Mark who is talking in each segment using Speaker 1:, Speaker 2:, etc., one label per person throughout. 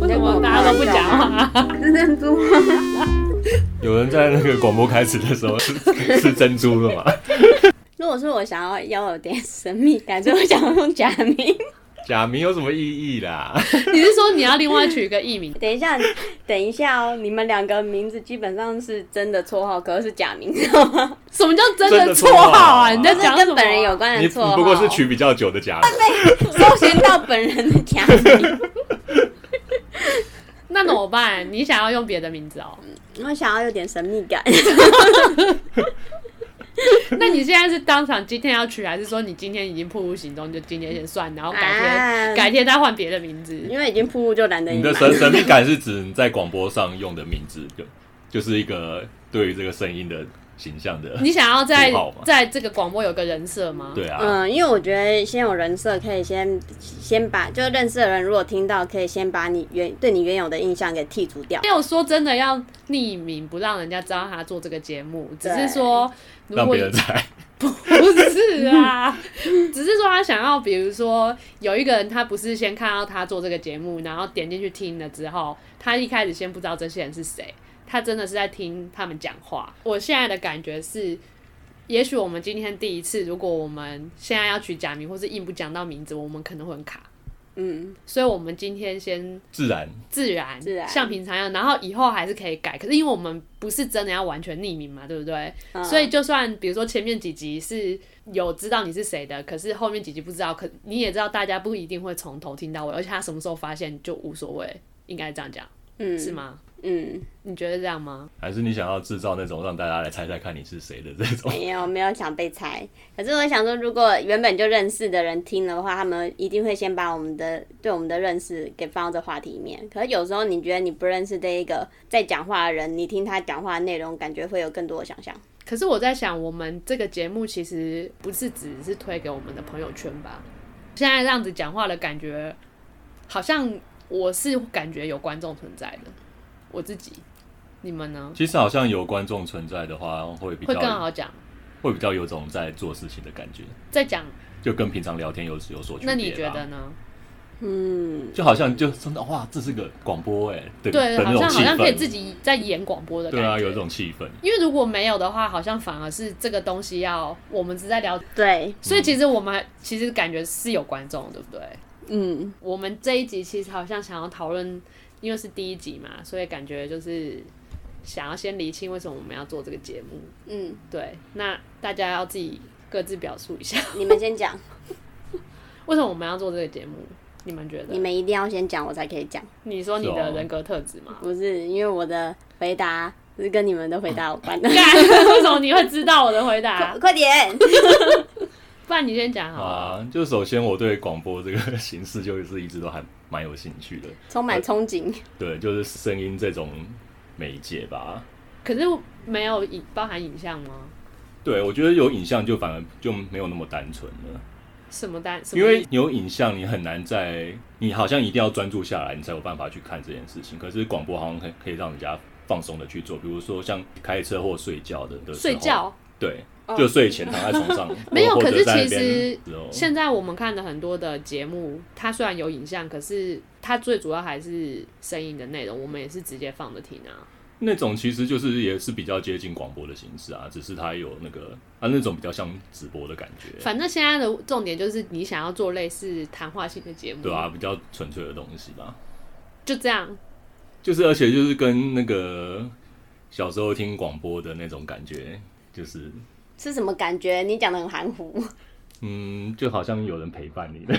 Speaker 1: 为什么大家都不讲话？
Speaker 2: 是珍珠吗？
Speaker 3: 有人在那个广播开始的时候是 是珍珠的吗？
Speaker 2: 如果说我想要要有点神秘感，所以我想要用假名。
Speaker 3: 假名有什么意义啦？
Speaker 1: 你是说你要另外取一个艺名？
Speaker 2: 等一下，等一下哦，你们两个名字基本上是真的绰号，可是是假名，知道吗？
Speaker 1: 什么叫真
Speaker 3: 真
Speaker 1: 的
Speaker 3: 的
Speaker 1: 绰
Speaker 3: 绰号
Speaker 1: 号啊？
Speaker 3: 啊
Speaker 1: 你在
Speaker 2: 是
Speaker 1: 讲什么
Speaker 2: 跟本人有关
Speaker 3: 你
Speaker 2: 的绰号。
Speaker 3: 你不过是取比较久的假名，
Speaker 2: 搜寻到本人的假名。
Speaker 1: 那怎么办？你想要用别的名字哦？
Speaker 2: 嗯我想要有点神秘感，
Speaker 1: 那你现在是当场今天要取，还是说你今天已经步入行动，就今天先算，然后改天、
Speaker 2: 啊
Speaker 1: 改天再换别的名字？
Speaker 2: 因为已经铺路就懒得隐
Speaker 3: 你
Speaker 2: 瞒
Speaker 3: 的。神神秘感是指你在广播上用的名字，就就是一个对于这个声音的形象的。
Speaker 1: 你想要在
Speaker 3: 符号吗
Speaker 1: 在这个广播有个人设吗？
Speaker 3: 对啊，
Speaker 2: 嗯，因为我觉得先有人设，可以先先把就认识的人，如果听到，可以先把你原对你原有的印象给剔除掉
Speaker 1: 没。有说真的要匿名，不让人家知道他做这个节目，只
Speaker 2: 对
Speaker 1: 是说如
Speaker 3: 让
Speaker 1: 果
Speaker 3: 别人猜。
Speaker 1: 不是啊，只是说他想要，比如说有一个人，他不是先看到他做这个节目，然后点进去听了之后，他一开始先不知道这些人是谁，他真的是在听他们讲话。我现在的感觉是，也许我们今天第一次，如果我们现在要取假名，或是硬不讲到名字，我们可能会很卡，
Speaker 2: 嗯，
Speaker 1: 所以我们今天先
Speaker 3: 自然，
Speaker 1: 自然，
Speaker 2: 自然
Speaker 1: 像平常一样，然后以后还是可以改。可是因为我们不是真的要完全匿名嘛，对不对？
Speaker 2: 嗯
Speaker 1: 所以就算比如说前面几集是有知道你是谁的，可是后面几集不知道，可你也知道大家不一定会从头听到尾，而且他什么时候发现就无所谓，应该这样讲、
Speaker 2: 嗯
Speaker 1: 是？吗？
Speaker 2: 嗯，
Speaker 1: 你觉得这样吗？
Speaker 3: 还是你想要制造那种让大家来猜猜看你是谁的这 种？
Speaker 2: 没有没有想被猜，可是我想说，如果原本就认识的人听的话，他们一定会先把我们的对我们的认识给放到这话题里面。可是有时候你觉得你不认识这一个在讲话的人，你听他讲话的内容，感觉会有更多的想象。
Speaker 1: 可是我在想，我们这个节目其实不是只是推给我们的朋友圈吧？现在这样子讲话的感觉，好像我是感觉有观众存在的，我自己，你们呢？
Speaker 3: 其实好像有观众存在的话，会比
Speaker 1: 会更
Speaker 3: 较
Speaker 1: 好讲，
Speaker 3: 会比较有种在做事情的感觉，
Speaker 1: 再讲，
Speaker 3: 就跟平常聊天有有所区别啦。
Speaker 1: 那你觉得呢？
Speaker 2: 嗯，
Speaker 3: 就好像就真的哇，这是个广播哎、的
Speaker 1: 对，
Speaker 3: 的
Speaker 1: 好
Speaker 3: 那种
Speaker 1: 像
Speaker 3: 气
Speaker 1: 好像可以自
Speaker 3: 氛，
Speaker 1: 己在演广播的感
Speaker 3: 对
Speaker 1: 觉，
Speaker 3: 啊，有一种气氛。
Speaker 1: 因为如果没有的话，好像反而是这个东西要我们只在聊，
Speaker 2: 对，
Speaker 1: 所以其实我们还其实感觉是有观众，对不对？
Speaker 2: 嗯，
Speaker 1: 我们这一集其实好像想要讨论，因为是第一集嘛，所以感觉就是想要先厘清为什么我们要做这个节目。
Speaker 2: 嗯，
Speaker 1: 对，那大家要自己各自表述一下，
Speaker 2: 你们先讲，
Speaker 1: 为什么我们要做这个节目？你们觉得
Speaker 2: 你？们一定要先讲，我才可以讲。
Speaker 1: 你说你
Speaker 3: 是
Speaker 1: 的
Speaker 3: 哦
Speaker 1: 人格特质 吗？
Speaker 2: 不是因为我的回答是跟你们的回答有 关的，啊
Speaker 1: 干，为什么你会知道我的回答
Speaker 2: 快？快点！
Speaker 1: 不然你先讲好了。
Speaker 3: 啊，就首先我对广播这个形式就是一直都还蛮有兴趣的，
Speaker 2: 充满憧憬。
Speaker 3: 对，就是声音这种媒介吧。
Speaker 1: 可是没有影包含影像吗？
Speaker 3: 对，我觉得有影像就反而就没有那么单纯了，
Speaker 1: 什么单？什么
Speaker 3: 因为有影像你很难在，你好像一定要专注下来，你才有办法去看这件事情。可是广播好像可以可以让人家放松的去做，比如说像开车或睡觉的的时候
Speaker 1: 睡，觉。
Speaker 3: 对，
Speaker 2: 哦
Speaker 3: 就睡前躺在 床上，
Speaker 1: 没有
Speaker 3: 或者
Speaker 1: 可是
Speaker 3: 在那
Speaker 1: 其
Speaker 3: 边
Speaker 1: 实
Speaker 3: 的时候
Speaker 1: 现在我们看的很多的节目，它虽然有影像，可是它最主要还是声音的内容，我们也是直接放着听啊。
Speaker 3: 那种其实就是也是比较接近广播的形式啊，只是它有那个啊那种比较像直播的感觉，
Speaker 1: 反正现在的重点就是你想要做类似谈话性的节目，
Speaker 3: 对啊，，比较纯粹的东西吧。
Speaker 1: 就这样。
Speaker 3: 就是而且就是跟那个小时候听广播的那种感觉，就是
Speaker 2: 是什么感觉？你讲的很含糊。
Speaker 3: 嗯，就好像有人陪伴 你的。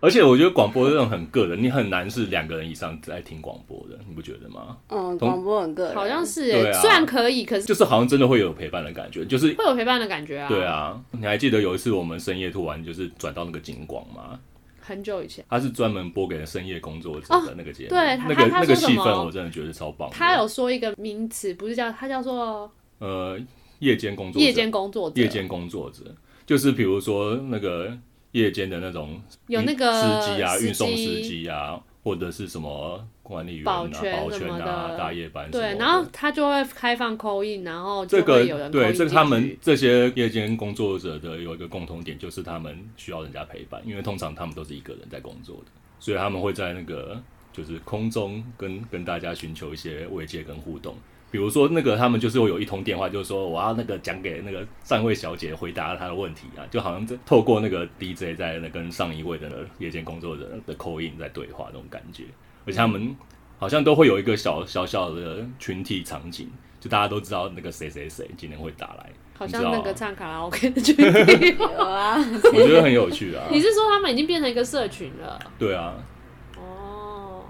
Speaker 3: 而且我觉得广播这种很个人，你很难是两个人以上在听广播的，你不觉得吗？
Speaker 2: 嗯，
Speaker 3: 同
Speaker 2: 广播很个人，
Speaker 1: 好像是、欸，
Speaker 3: 对啊
Speaker 1: 虽然可以，可是
Speaker 3: 就是好像真的会有陪伴的感觉，就是
Speaker 1: 会有陪伴的感觉啊。
Speaker 3: 对，啊。你还记得有一次我们深夜突然就是转到那个警广吗？
Speaker 1: 很久以前，
Speaker 3: 他是专门播给深夜工作者的那个节
Speaker 1: 哦
Speaker 3: 目，
Speaker 1: 对他
Speaker 3: 那个
Speaker 1: 他
Speaker 3: 那
Speaker 1: 他
Speaker 3: 个
Speaker 1: 说什
Speaker 3: 气
Speaker 1: 么
Speaker 3: 氛我真的觉得超棒的。
Speaker 1: 他有说一个名词，不是叫它叫做
Speaker 3: 呃夜间工作者
Speaker 1: 夜间工作者，
Speaker 3: 夜间工作者，就是比如说那个夜间的那种
Speaker 1: 有
Speaker 3: 运
Speaker 1: 那个
Speaker 3: 司机啊，
Speaker 1: 司
Speaker 3: 运送
Speaker 1: 机
Speaker 3: 司机啊，或者是什么管理员啊、
Speaker 1: 保
Speaker 3: 保
Speaker 1: 全什
Speaker 3: 全
Speaker 1: 么
Speaker 3: 啊
Speaker 1: 的、
Speaker 3: 大夜班什么
Speaker 1: 对，
Speaker 3: 的
Speaker 1: 然后他就会开放扣印，然后就
Speaker 3: 这
Speaker 1: 会有人
Speaker 3: 个
Speaker 1: call
Speaker 3: 对，
Speaker 1: in
Speaker 3: 这个
Speaker 1: 进
Speaker 3: 他们
Speaker 1: 去
Speaker 3: 这些夜间工作者的有一个共同点，就是他们需要人家陪伴，因为通常他们都是一个人在工作的。所以他们会在那个就是空中跟跟大家寻求一些慰藉跟互动。比如说那个他们就是会有一通电话，就是说我要那个讲给那个上位小姐回答她的问题啊，就好像在透过那个 DJ 在那跟上一位的那个夜间工作者的口音在对话那种感觉，而且他们好像都会有一个小小小的群体场景，就大家都知道那个谁谁谁今天会打来，
Speaker 1: 好
Speaker 3: 你知
Speaker 1: 像
Speaker 3: 道啊
Speaker 1: 那个
Speaker 3: 吗
Speaker 1: 唱卡拉 OK 的群体哦。
Speaker 2: 有啊，
Speaker 3: 我觉得很有趣啊
Speaker 1: ，你是说他们已经变成一个社群了？
Speaker 3: 对啊，
Speaker 1: 哦，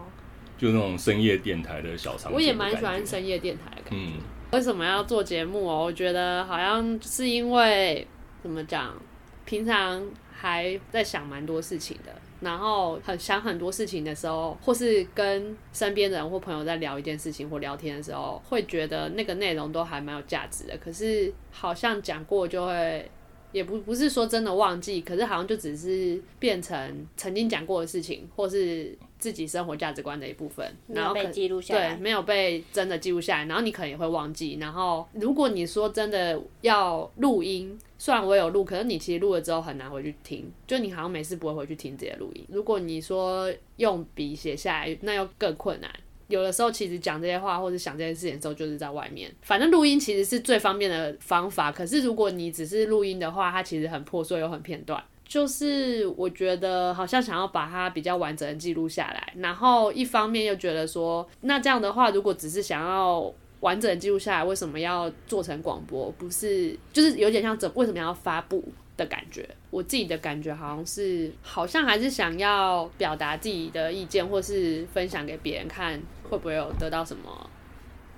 Speaker 3: 就那种深夜电台的小场景的感觉，
Speaker 1: 我也蛮喜欢深夜电台的感觉。
Speaker 3: 嗯，
Speaker 1: 为什么要做节目哦？我觉得好像是因为怎么讲，平常还在想蛮多事情的，然后很想很多事情的时候，或是跟身边的人或朋友在聊一件事情或聊天的时候，会觉得那个内容都还蛮有价值的。可是好像讲过就会。也不不是说真的忘记，可是好像就只是变成曾经讲过的事情，或是自己生活价值观的一部分，
Speaker 2: 没
Speaker 1: 然后
Speaker 2: 有
Speaker 1: 可
Speaker 2: 被记录下
Speaker 1: 对，
Speaker 2: 来。
Speaker 1: 没有被真的记录下来，然后你可能也会忘记。然后如果你说真的要录音，虽然我有录，可是你其实录了之后很难回去听，就你好像没事不会回去听自己的录音。如果你说用笔写下来，那又更困难。有的时候其实讲这些话或者想这些事情的时候，就是在外面。反正录音其实是最方便的方法，可是如果你只是录音的话，它其实很破碎又很片段。就是我觉得好像想要把它比较完整的记录下来，然后一方面又觉得说，那这样的话，如果只是想要完整地记录下来，为什么要做成广播？不是，就是有点像怎为什么要发布的感觉。我自己的感觉好像是，好像还是想要表达自己的意见，或是分享给别人看，会不会有得到什么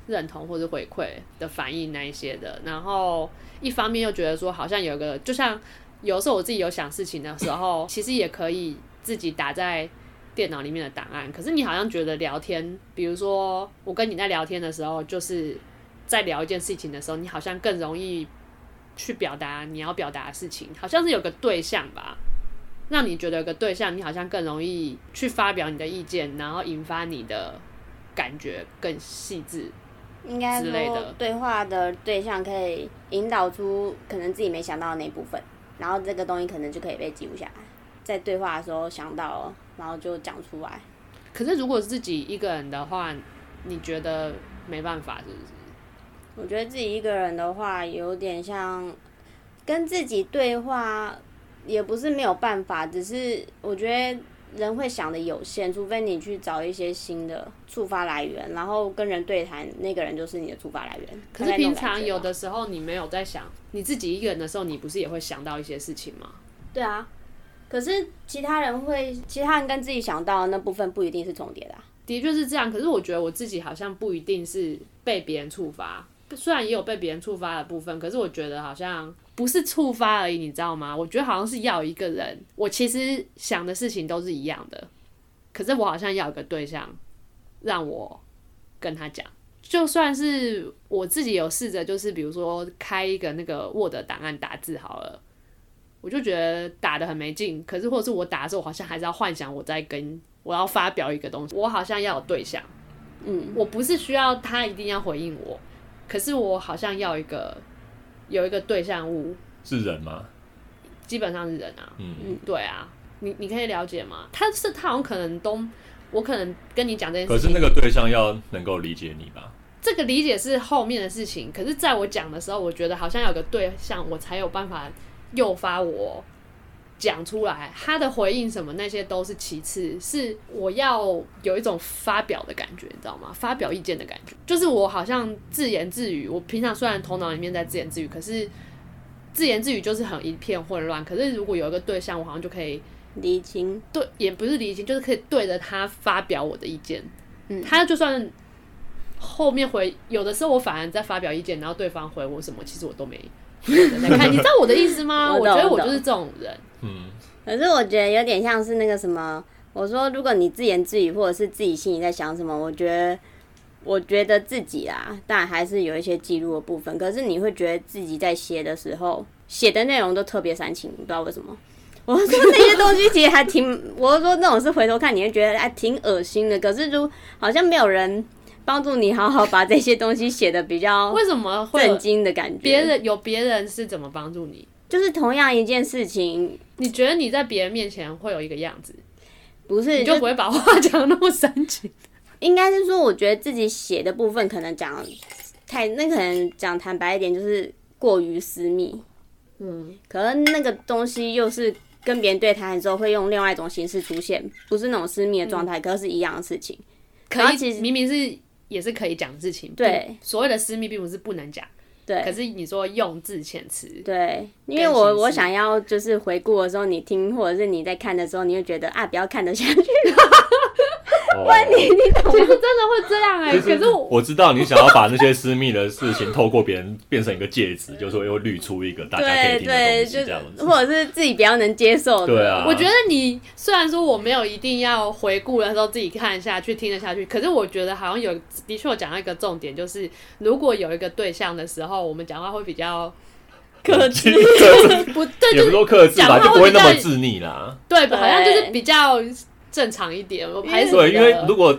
Speaker 1: 认同或者回馈的反应那一些的。然后一方面又觉得说，好像有个就像。有时候我自己有想事情的时候，其实也可以自己打在电脑里面的档案。可是你好像觉得聊天，比如说我跟你在聊天的时候，就是在聊一件事情的时候，你好像更容易去表达你要表达的事情，好像是有个对象吧，让你觉得有个对象，你好像更容易去发表你的意见，然后引发你的感觉更细致。
Speaker 2: 应该
Speaker 1: 之类
Speaker 2: 说
Speaker 1: 的，
Speaker 2: 对话的对象可以引导出可能自己没想到的那一部分，然后这个东西可能就可以被记录下来，在对话的时候想到了，然后就讲出来。
Speaker 1: 可是如果是自己一个人的话，你觉得没办法，是不是？
Speaker 2: 我觉得自己一个人的话，有点像跟自己对话，也不是没有办法，只是我觉得人会想的有限，除非你去找一些新的触发来源，然后跟人对谈，那个人就是你的触发来源。
Speaker 1: 可
Speaker 2: 大
Speaker 1: 是
Speaker 2: 概那种
Speaker 1: 平常
Speaker 2: 感觉
Speaker 1: 有
Speaker 2: 吧
Speaker 1: 的时候你没有在想，你自己一个人的时候，你不是也会想到一些事情吗？
Speaker 2: 对啊，可是其他人会，其他人跟自己想到的那部分不一定是重叠的啊、
Speaker 1: 的确是这样，可是我觉得我自己好像不一定是被别人触发，虽然也有被别人触发的部分，可是我觉得好像不是触发而已，你知道吗？我觉得好像是要有一个人，我其实想的事情都是一样的，可是我好像要有个对象让我跟他讲。就算是我自己有试着，就是比如说开一个那个 Word 档案打字好了，我就觉得打的很没劲。可是或者是我打的时候，我好像还是要幻想我在跟我要发表一个东西，我好像要有对象，
Speaker 2: 嗯，
Speaker 1: 我不是需要他一定要回应我，可是我好像要一个有一个对象物，
Speaker 3: 是人吗？
Speaker 1: 基本上是人啊，
Speaker 3: 嗯
Speaker 2: 嗯
Speaker 1: 对啊，你你可以了解吗？他是他好像可能都，我可能跟你讲这件
Speaker 3: 可
Speaker 1: 事
Speaker 3: 是
Speaker 1: 情，
Speaker 3: 那个对象要能够理解你吧？
Speaker 1: 这个理解是后面的事情，可是在我讲的时候，我觉得好像有个对象，我才有办法诱发我讲出来。他的回应什么那些都是其次，是我要有一种发表的感觉，你知道吗？发表意见的感觉，就是我好像自言自语。我平常虽然头脑里面在自言自语，可是自言自语就是很一片混乱。可是如果有一个对象，我好像就可以
Speaker 2: 厘清，
Speaker 1: 对，也不是理清，就是可以对着他发表我的意见。
Speaker 2: 嗯
Speaker 1: 他就算后面回，有的时候我反而在发表意见，然后对方回我什么，其实我都 没在看。你知道我的意思吗？
Speaker 2: 我
Speaker 1: 我
Speaker 2: 懂
Speaker 1: 觉得
Speaker 2: 我
Speaker 1: 我就
Speaker 2: 懂
Speaker 1: 是这种人，
Speaker 3: 嗯，
Speaker 2: 可是我觉得有点像是那个什么，我说如果你自言自语或者是自己心里在想什么，我觉得。我觉得自己啊，当然还是有一些记录的部分，可是你会觉得自己在写的时候，写的内容都特别煽情，不知道为什么。 我说这些东西其实还挺，我说那种是回头看你会觉得哎挺恶心的，可是就好像没有人帮助你好好把这些东西写的比较
Speaker 1: 为什么会
Speaker 2: 哦震
Speaker 1: 有
Speaker 2: 惊的感觉。
Speaker 1: 别人有别人是怎么帮助你？
Speaker 2: 就是同样一件事情，
Speaker 1: 你觉得你在别人面前会有一个样子，
Speaker 2: 不是
Speaker 1: 你就不会把话 讲那么煽情。
Speaker 2: 应该是说，我觉得自己写的部分可能讲太，那可能讲坦白一点，就是过于私密。嗯，可能那个东西又是跟别人对谈的时候，会用另外一种形式出现，不是那种私密的状
Speaker 1: 嗯
Speaker 2: 态，可是是一样的事情。然
Speaker 1: 可
Speaker 2: 后其
Speaker 1: 以，
Speaker 2: 实
Speaker 1: 明明是也是可以讲的事情。
Speaker 2: 对
Speaker 1: 不，所谓的私密并不是不能讲，可
Speaker 2: 对
Speaker 1: 是你说用字遣词，
Speaker 2: 对，因为
Speaker 1: 更
Speaker 2: 我
Speaker 1: 形
Speaker 2: 我
Speaker 1: 式
Speaker 2: 想要就是回顾的时候，你听或者是你在看的时候，你会觉得啊，不要看得下去。
Speaker 3: 问你，
Speaker 1: 其 实真的会这样哎、可是我
Speaker 3: 我知道你想要把那些私密的事情透过别人变成一个介质，就是又滤出一个大家可以
Speaker 2: 对
Speaker 3: 听的
Speaker 2: 对，
Speaker 3: 东西
Speaker 2: 就
Speaker 3: 这
Speaker 2: 是
Speaker 3: 样子。
Speaker 2: 或者是自己比较能接受的。
Speaker 3: 对啊，
Speaker 1: 我觉得你虽然说我没有一定要回顾的时候自己看下去、听得下去，可是我觉得好像有的确有讲到一个重点，就是如果有一个对象的时候，我们讲话会比较
Speaker 3: 克制，
Speaker 1: 不对，
Speaker 3: 也
Speaker 1: 就
Speaker 3: 不是
Speaker 1: 是
Speaker 3: 说克制吧，
Speaker 1: 讲话
Speaker 3: 就不会
Speaker 1: 会比
Speaker 3: 那
Speaker 1: 较
Speaker 3: 么自溺啦。
Speaker 1: 对，好像就是
Speaker 2: 对
Speaker 1: 比较正常一点。我还是
Speaker 3: 对，因为如果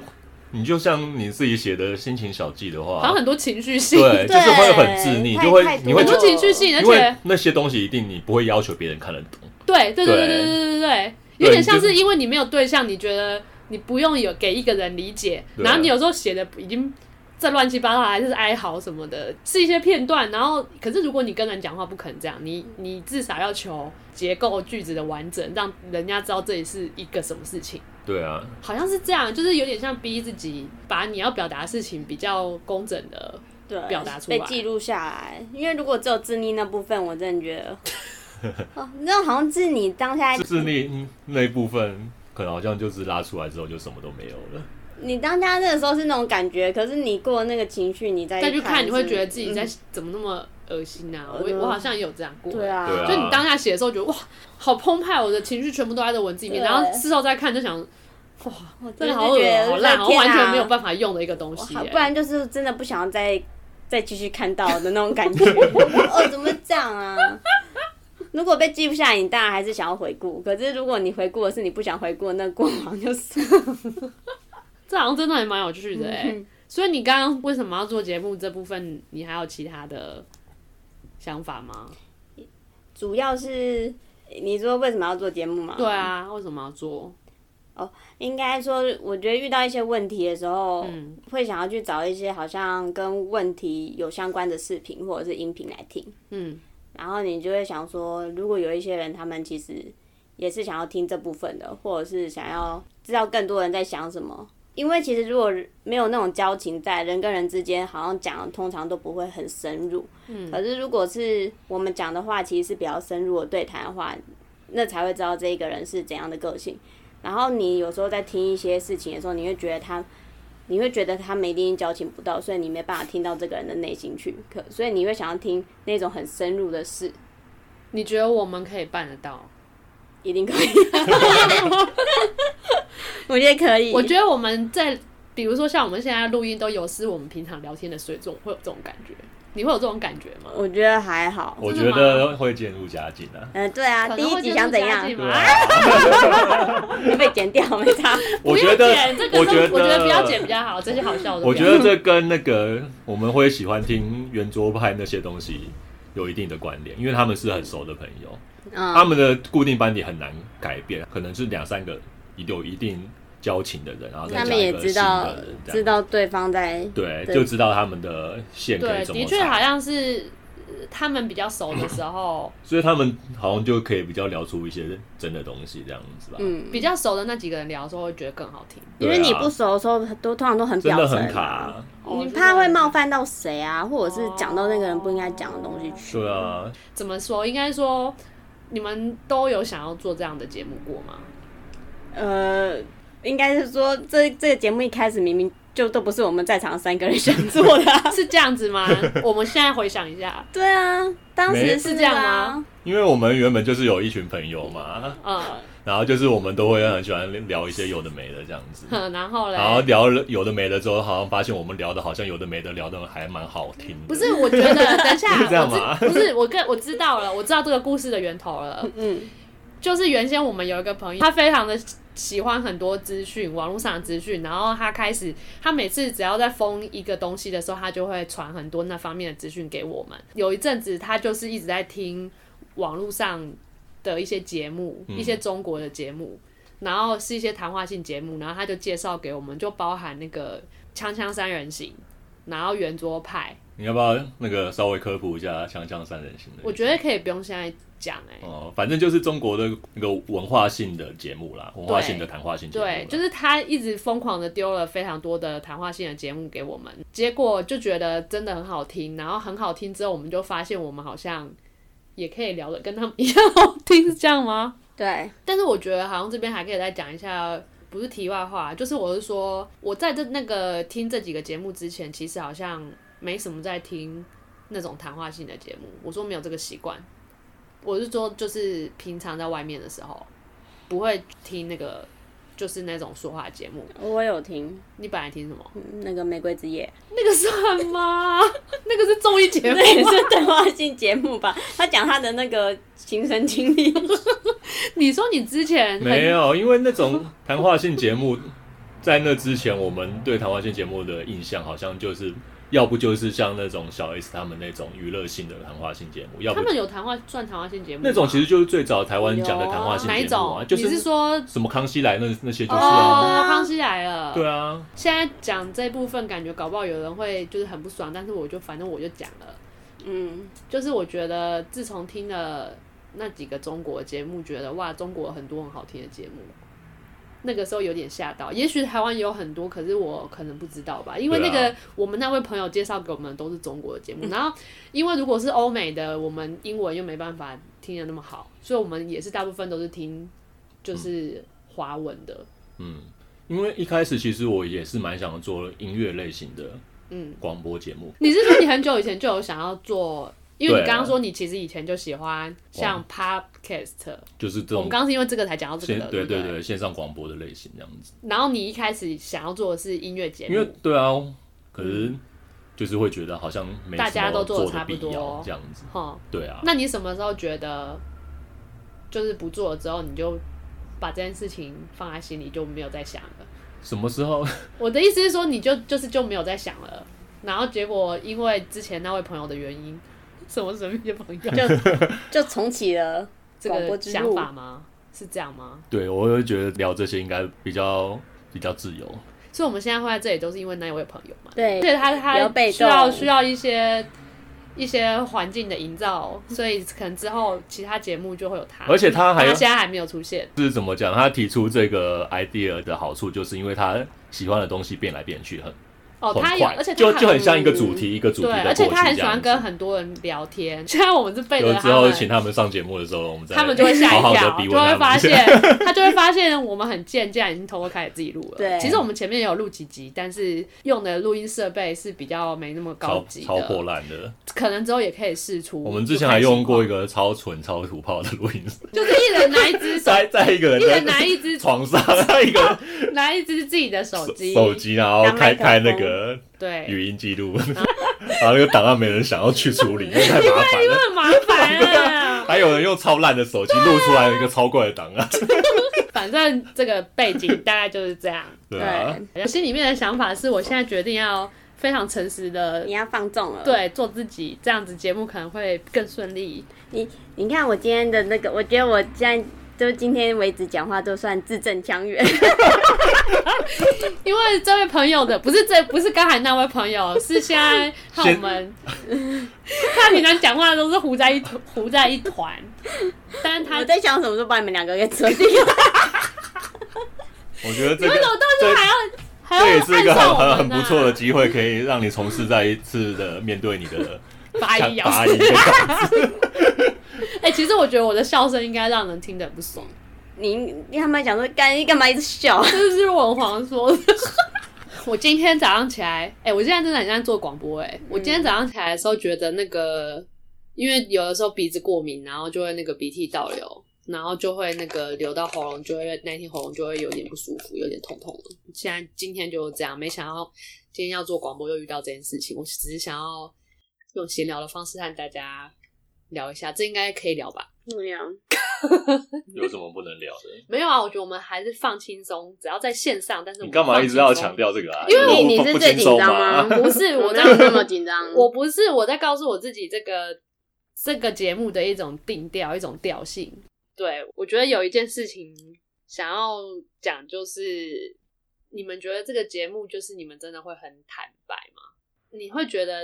Speaker 3: 你就像你自己写的心情小记的
Speaker 1: 好像
Speaker 3: 话，
Speaker 1: 很多情绪性，
Speaker 3: 对，就
Speaker 2: 对
Speaker 3: 是会很自溺，
Speaker 2: 太
Speaker 3: 就会
Speaker 2: 太
Speaker 3: 你
Speaker 2: 多
Speaker 3: 会
Speaker 1: 很
Speaker 3: 觉
Speaker 1: 多
Speaker 2: 了
Speaker 3: 得，
Speaker 1: 情绪性，而
Speaker 3: 因为
Speaker 1: 且
Speaker 3: 那些东西一定你不会要求别人看得懂。
Speaker 1: 对对对对对对对对对，有点像
Speaker 3: 对你
Speaker 1: 是
Speaker 3: 就
Speaker 1: 因为你没有对象，你觉得你不用有给一个人理解，
Speaker 3: 对
Speaker 1: 然后你有时候写的已经。这乱七八糟，还是哀嚎什么的，是一些片段。然后，可是如果你跟人讲话不肯这样，你你至少要求结构句子的完整，让人家知道这里是一个什么事情。
Speaker 3: 对啊，
Speaker 1: 好像是这样，就是有点像逼自己把你要表达的事情比较工整的
Speaker 2: 对，
Speaker 1: 表达出
Speaker 2: 被
Speaker 1: 来
Speaker 2: 记录下来。因为如果只有自溺那部分，我真的觉得， 哦，那好像是你当下
Speaker 1: 哎
Speaker 3: 自自溺嗯那一部分，可能好像就是拉出来之后就什么都没有了。
Speaker 2: 你当下那个时候是那种感觉，可是你过了那个情绪，你再
Speaker 1: 再去看，
Speaker 2: 看
Speaker 1: 你会
Speaker 2: 是
Speaker 1: 觉得自己在
Speaker 2: 嗯
Speaker 1: 怎么那么恶心啊！
Speaker 2: 嗯
Speaker 1: 我我好像也有这样过。
Speaker 2: 对啊，
Speaker 3: 对啊
Speaker 1: 就你当下写的时候，觉得哇，好澎湃，我的情绪全部都在这文字里面，
Speaker 2: 对
Speaker 1: 然后事后再看就想，哇，
Speaker 2: 我
Speaker 1: 真
Speaker 2: 真
Speaker 1: 的
Speaker 2: 的
Speaker 1: 好
Speaker 2: 就
Speaker 1: 恶
Speaker 2: 觉得
Speaker 1: 哦，好烂，
Speaker 2: 天
Speaker 1: 好
Speaker 2: 啊
Speaker 1: 完全没有办法用的一个东
Speaker 2: 我
Speaker 1: 西哎
Speaker 2: 好
Speaker 1: 耶。
Speaker 2: 不然就是真的不想要再再继续看到的那种感觉。 哦，怎么会这样啊？如果被记不下来，你当然还是想要回顾。可是如果你回顾的是你不想回顾的那过往，就是
Speaker 1: 这好像真的还蛮有趣的哎
Speaker 2: 嗯。
Speaker 1: 所以你刚刚为什么要做节目这部分，你还有其他的想法吗？
Speaker 2: 主要是你说为什么要做节目嘛？
Speaker 1: 对啊，为什么要做？
Speaker 2: 应该说，我觉得遇到一些问题的时候，
Speaker 1: 嗯
Speaker 2: 会想要去找一些好像跟问题有相关的视频或者是音频来听。
Speaker 1: 嗯，
Speaker 2: 然后你就会想说，如果有一些人他们其实也是想要听这部分的，或者是想要知道更多人在想什么。因为其实如果没有那种交情在，人跟人之间好像讲的通常都不会很深入。嗯。可是如果是我们讲的话，其实是比较深入的对谈的话，那才会知道这一个人是怎样的个性。然后你有时候在听一些事情的时候，你会觉得他，你会觉得他们一定交情不到，所以你没办法听到这个人的内心去。可所以你会想要听那种很深入的事，
Speaker 1: 你觉得我们可以办得到？
Speaker 2: 一定可以。 我觉得可以。
Speaker 1: 我觉得我们在，比如说像我们现在录音都有失我们平常聊天的水准，会有这种感觉。你会有这种感觉吗？
Speaker 2: 我觉得还好。
Speaker 3: 我
Speaker 1: 哦真
Speaker 3: 觉
Speaker 1: 的
Speaker 3: 得会渐入佳境啊。
Speaker 2: 嗯、对啊，
Speaker 1: 可
Speaker 2: 第
Speaker 1: 能
Speaker 2: 一
Speaker 1: 会
Speaker 2: 集
Speaker 1: 渐
Speaker 2: 想
Speaker 1: 入
Speaker 2: 怎
Speaker 1: 佳
Speaker 2: 样
Speaker 1: 境？
Speaker 3: 对
Speaker 1: 嘛
Speaker 3: 啊，
Speaker 2: 被剪掉 没差。
Speaker 3: 我
Speaker 1: 不
Speaker 3: 觉
Speaker 1: 要
Speaker 3: 得
Speaker 1: 剪这，个
Speaker 3: 我
Speaker 1: 是
Speaker 3: 觉
Speaker 1: 我觉
Speaker 3: 得
Speaker 1: 得不要剪比较好，这些好笑的不要。
Speaker 3: 我觉得这跟那个我们会喜欢听圆桌派那些东西有一定的关联，因为他们是很熟的朋友，他
Speaker 2: 嗯，
Speaker 3: 们的固定班底很难改变，可能是两三个有一定交情的人，然后再
Speaker 2: 他
Speaker 3: 加
Speaker 2: 们
Speaker 3: 一
Speaker 2: 也
Speaker 3: 个
Speaker 2: 知
Speaker 3: 新
Speaker 2: 道
Speaker 3: 的人，这
Speaker 2: 知
Speaker 3: 样。
Speaker 2: 道对方在。
Speaker 3: 对，
Speaker 2: 对
Speaker 3: 就知道他们的线可以
Speaker 1: 对，
Speaker 3: 怎么
Speaker 1: 的确好
Speaker 3: 踩，
Speaker 1: 像是呃他们比较熟的时候，
Speaker 3: 所以他们好像就可以比较聊出一些真的东西，这样子吧。
Speaker 2: 嗯，
Speaker 1: 比较熟的那几个人聊的时候，会觉得更好听。
Speaker 2: 因
Speaker 3: 对啊
Speaker 2: 为你不熟的时候，都通常都很
Speaker 3: 真
Speaker 2: 表
Speaker 3: 的
Speaker 2: 层、
Speaker 3: 很卡，
Speaker 1: 哦
Speaker 2: 你怕会冒犯到谁啊，或者是讲到那个人不应该讲的东西去。
Speaker 3: 对啊，
Speaker 1: 怎么说？应该说，你们都有想要做这样的节目过吗？
Speaker 2: 呃，应该是说这这个节目一开始明明就都不是我们在场三个人想做的啊、
Speaker 1: 是这样子吗？ 我们现在回想一下，
Speaker 2: 对啊，当时
Speaker 3: 没
Speaker 2: 是
Speaker 1: 是这样
Speaker 2: 啊
Speaker 1: 吗？
Speaker 3: 因为我们原本就是有一群朋友嘛，
Speaker 1: 嗯，
Speaker 3: 然后就是我们都会很喜欢聊一些有的没的这样子，
Speaker 1: 哼然后嘞，
Speaker 3: 然后聊了有的没的之后，好像发现我们聊的好像有的没的聊的还蛮好听的。
Speaker 1: 不是，我觉得等一
Speaker 3: 是这
Speaker 1: 下，
Speaker 3: 样
Speaker 1: 我
Speaker 3: 吗
Speaker 1: 知不是我跟我知道了，我知道这个故事的源头了。
Speaker 2: 嗯，
Speaker 1: 就是原先我们有一个朋友，他非常的喜欢很多资讯，网络上的资讯，然后他开始，他每次只要在封一个东西的时候，他就会传很多那方面的资讯给我们。有一阵子，他就是一直在听网络上的一些节目，
Speaker 3: 嗯
Speaker 1: 一些中国的节目。然后是一些谈话性节目，然后他就介绍给我们，就包含那个《锵锵三人行》，然后圆桌派，
Speaker 3: 你要不要那个稍微科普一下《锵锵三人行》的？
Speaker 1: 我觉得可以不用现在讲哎、
Speaker 3: 哦，反正就是中国的那个文化性的节目啦，文化性的谈话性节目啦。
Speaker 1: 对，就是他一直疯狂的丢了非常多的谈话性的节目给我们，结果就觉得真的很好听，然后很好听之后，我们就发现我们好像也可以聊的跟他们一样好听，是这样吗？
Speaker 2: 对，
Speaker 1: 但是我觉得好像这边还可以再讲一下，不是题外话，就是我是说，我在这那个听这几个节目之前，其实好像没什么在听那种谈话性的节目。我说没有这个习惯，我是说就是平常在外面的时候不会听那个就是那种说话节目。
Speaker 2: 我有听
Speaker 1: 你本来听什么？
Speaker 2: 嗯那个《玫瑰之夜
Speaker 1: 那个算 吗？ 那个是综艺》，节目
Speaker 2: 那也是对话性节目吧？他讲他的那个亲身经历，
Speaker 1: 你说你之前很
Speaker 3: 没有，因为那种谈话性节目，在那之前，我们对谈话性节目的印象好像就是，要不就是像那种小 S 他们那种娱乐性的谈话性节目，要不
Speaker 1: 他们有谈话算谈话性节目吗？
Speaker 3: 那种其实就是最早台湾讲的谈话性
Speaker 1: 哪一
Speaker 3: 节目啊，
Speaker 1: 种？
Speaker 3: 就
Speaker 1: 你是说
Speaker 3: 什么康熙来那那些就是啊，
Speaker 1: 哦，康熙来了。
Speaker 3: 对啊，
Speaker 1: 现在讲这部分，感觉搞不好有人会就是很不爽，但是我就反正我就讲了，
Speaker 2: 嗯，
Speaker 1: 就是我觉得自从听了那几个中国节目，觉得哇，中国很多很好听的节目，那个时候有点吓到。也许台湾也有很多，可是我可能不知道吧，因为那
Speaker 3: 对啊嗯
Speaker 1: 个、我们那位朋友介绍给我们的都是中国的节目，然后因为如果是欧美的，我们英文又没办法听得那么好，所以我们也是大部分都是听就是华文的，
Speaker 3: 因为一开始其实我也是蛮想做音乐类型的
Speaker 1: 嗯。
Speaker 3: 广播节目，
Speaker 1: 你是说你很久以前就有想要做？因为
Speaker 3: 对啊
Speaker 1: 你刚刚说你其实以前就喜欢像 podcast，
Speaker 3: 就是这
Speaker 1: 我们
Speaker 3: 种
Speaker 1: 哦刚刚是因为这个才讲到这
Speaker 3: 线
Speaker 1: 个的，
Speaker 3: 对
Speaker 1: 对
Speaker 3: 对
Speaker 1: 不
Speaker 3: 对线上广播的类型这样子，
Speaker 1: 然后你一开始想要做的是音乐节
Speaker 3: 因为
Speaker 1: 目，嗯
Speaker 3: 对啊，可是就是会觉得好像没
Speaker 1: 大家
Speaker 3: 什么
Speaker 1: 都做得
Speaker 3: 做
Speaker 1: 差
Speaker 3: 的
Speaker 1: 不
Speaker 3: 必要
Speaker 1: 多
Speaker 3: 这样子，
Speaker 1: 哈、
Speaker 3: 对啊，
Speaker 1: 那你什么时候觉得就是不做了之后，你就把这件事情放在心里，就没有再想了？
Speaker 3: 什么时候？
Speaker 1: 我的意思是说，你就就是就没有再想了，然后结果因为之前那位朋友的原因，什么神秘的朋友，
Speaker 2: 就重启了
Speaker 1: 这
Speaker 2: 广播
Speaker 1: 个
Speaker 2: 之
Speaker 1: 想
Speaker 2: 路。
Speaker 1: 法吗？是这样吗？
Speaker 3: 对我会觉得聊这些应该比较比较自由，
Speaker 1: 所以我们现在会在这里都是因为那一位朋友嘛。
Speaker 2: 对
Speaker 1: 对他
Speaker 2: 比较
Speaker 1: 他
Speaker 2: 被
Speaker 1: 需要
Speaker 2: 动
Speaker 1: 需要一些一些环境的营造，所以可能之后其他节目就会有他。
Speaker 3: 而且他还
Speaker 1: 他现在还没有出现，
Speaker 3: 是怎么讲？他提出这个 idea 的好处，就是因为他喜欢的东西变来变去很，
Speaker 1: 哦，
Speaker 3: 很
Speaker 1: 他有，
Speaker 3: 快，
Speaker 1: 而且他
Speaker 3: 就
Speaker 1: 很
Speaker 3: 就很像一个主题、一个主题
Speaker 1: 对，
Speaker 3: 的
Speaker 1: 而且他
Speaker 3: 过去
Speaker 1: 很
Speaker 3: 这
Speaker 1: 喜
Speaker 3: 样
Speaker 1: 欢
Speaker 3: 子
Speaker 1: 跟很多人聊天。 现在我们是背着
Speaker 3: 有之
Speaker 1: 他
Speaker 3: 后
Speaker 1: 们，
Speaker 3: 请他们上节目的时候，我们再
Speaker 1: 他们就会吓一
Speaker 3: 好好
Speaker 1: 跳，
Speaker 3: 的逼
Speaker 1: 就
Speaker 3: 问他
Speaker 1: 会
Speaker 3: 们
Speaker 1: 发
Speaker 3: 一下
Speaker 1: 现他就会发现我们很贱，竟然已经偷偷开始自己录了。
Speaker 2: 对
Speaker 1: 其实我们前面也有录几集，但是用的录音设备是比较没那么高
Speaker 3: 超
Speaker 1: 级
Speaker 3: 超破
Speaker 1: 的，
Speaker 3: 烂的。
Speaker 1: 可能之后也可以试出。
Speaker 3: 我们之前还用
Speaker 1: 一
Speaker 3: 过一个超蠢、超土炮的录音，
Speaker 1: 就是一人拿一只手，
Speaker 3: 在在一个
Speaker 1: 一人
Speaker 3: 人
Speaker 1: 拿
Speaker 3: 在
Speaker 1: 一只
Speaker 3: 床上，在一个
Speaker 1: 拿一只自己的手机，
Speaker 3: 手机，然后开
Speaker 2: 当麦克
Speaker 3: 开
Speaker 2: 风
Speaker 3: 那个
Speaker 1: 对，啊
Speaker 3: 语音记录，然后那个档案没人想要去处理，因为太麻烦了。
Speaker 1: 哎很麻烦啊。
Speaker 3: 还有人用超烂的手机录出来一个超怪的档案，
Speaker 1: 反正这个背景大概就是这样。
Speaker 3: 对啊，
Speaker 1: 我心里面的想法是我现在决定要非常诚实的
Speaker 2: 你。要放纵了。，
Speaker 1: 对，做自己这样子节目可能会更顺利。
Speaker 2: 你你看我今天的那个，我觉得我现在就今天为止讲话都算字正腔圆。
Speaker 1: 因为这位朋友的不是这不是刚才那位朋友，是现在和我们， 他平常讲话都是糊在一团糊在一团，但是他
Speaker 2: 我在想什么时候把你们两个给扯进来。
Speaker 3: 我觉得
Speaker 1: 你
Speaker 3: 这
Speaker 1: 为
Speaker 3: 个
Speaker 1: 什么到时候还要还要
Speaker 3: 这也是一个
Speaker 1: 按
Speaker 3: 很
Speaker 1: 照我们
Speaker 3: 很
Speaker 1: 啊
Speaker 3: 很不错的机会，可以让你重试再一次的面对你的
Speaker 1: 八一咬
Speaker 3: 拔
Speaker 1: 死
Speaker 3: 一。的感觉。
Speaker 1: 啊 哎、其实我觉得我的笑声应该让人听得不爽，
Speaker 2: 你你他们讲说干你干嘛一直笑？
Speaker 1: 这是文皇说的。 我今天早上起来，哎、我现在真的很像做广播、哎，我今天早上起来的时候觉得那个，因为有的时候鼻子过敏，然后就会那个鼻涕倒流，然后就会那个流到喉咙，就会那天喉咙就会有点不舒服，有点痛痛的。现在今天就是这样，没想到今天要做广播又遇到这件事情，我只是想要用闲聊的方式和大家聊一下，这应该可以聊吧。
Speaker 2: 怎么样？
Speaker 3: 有什么不能聊的？
Speaker 1: 没有啊，我觉得我们还是放轻松，只要在线上。但是我
Speaker 3: 你
Speaker 1: 们
Speaker 3: 干嘛一直要强
Speaker 1: 调？
Speaker 3: 调这个啊？
Speaker 1: 因为
Speaker 3: 你
Speaker 2: 你
Speaker 3: 不
Speaker 2: 你是
Speaker 3: 不
Speaker 2: 最
Speaker 3: 轻松
Speaker 2: 紧张
Speaker 3: 吗？
Speaker 2: 吗
Speaker 1: 不是我
Speaker 2: 我
Speaker 1: 在
Speaker 2: 哪有那么紧 张？
Speaker 1: 我不是我在告诉我自己这个这个节目的一种定调，一种调性。对我觉得有一件事情想要讲就是，你们觉得这个节目就是你们真的会很坦白吗？你会觉得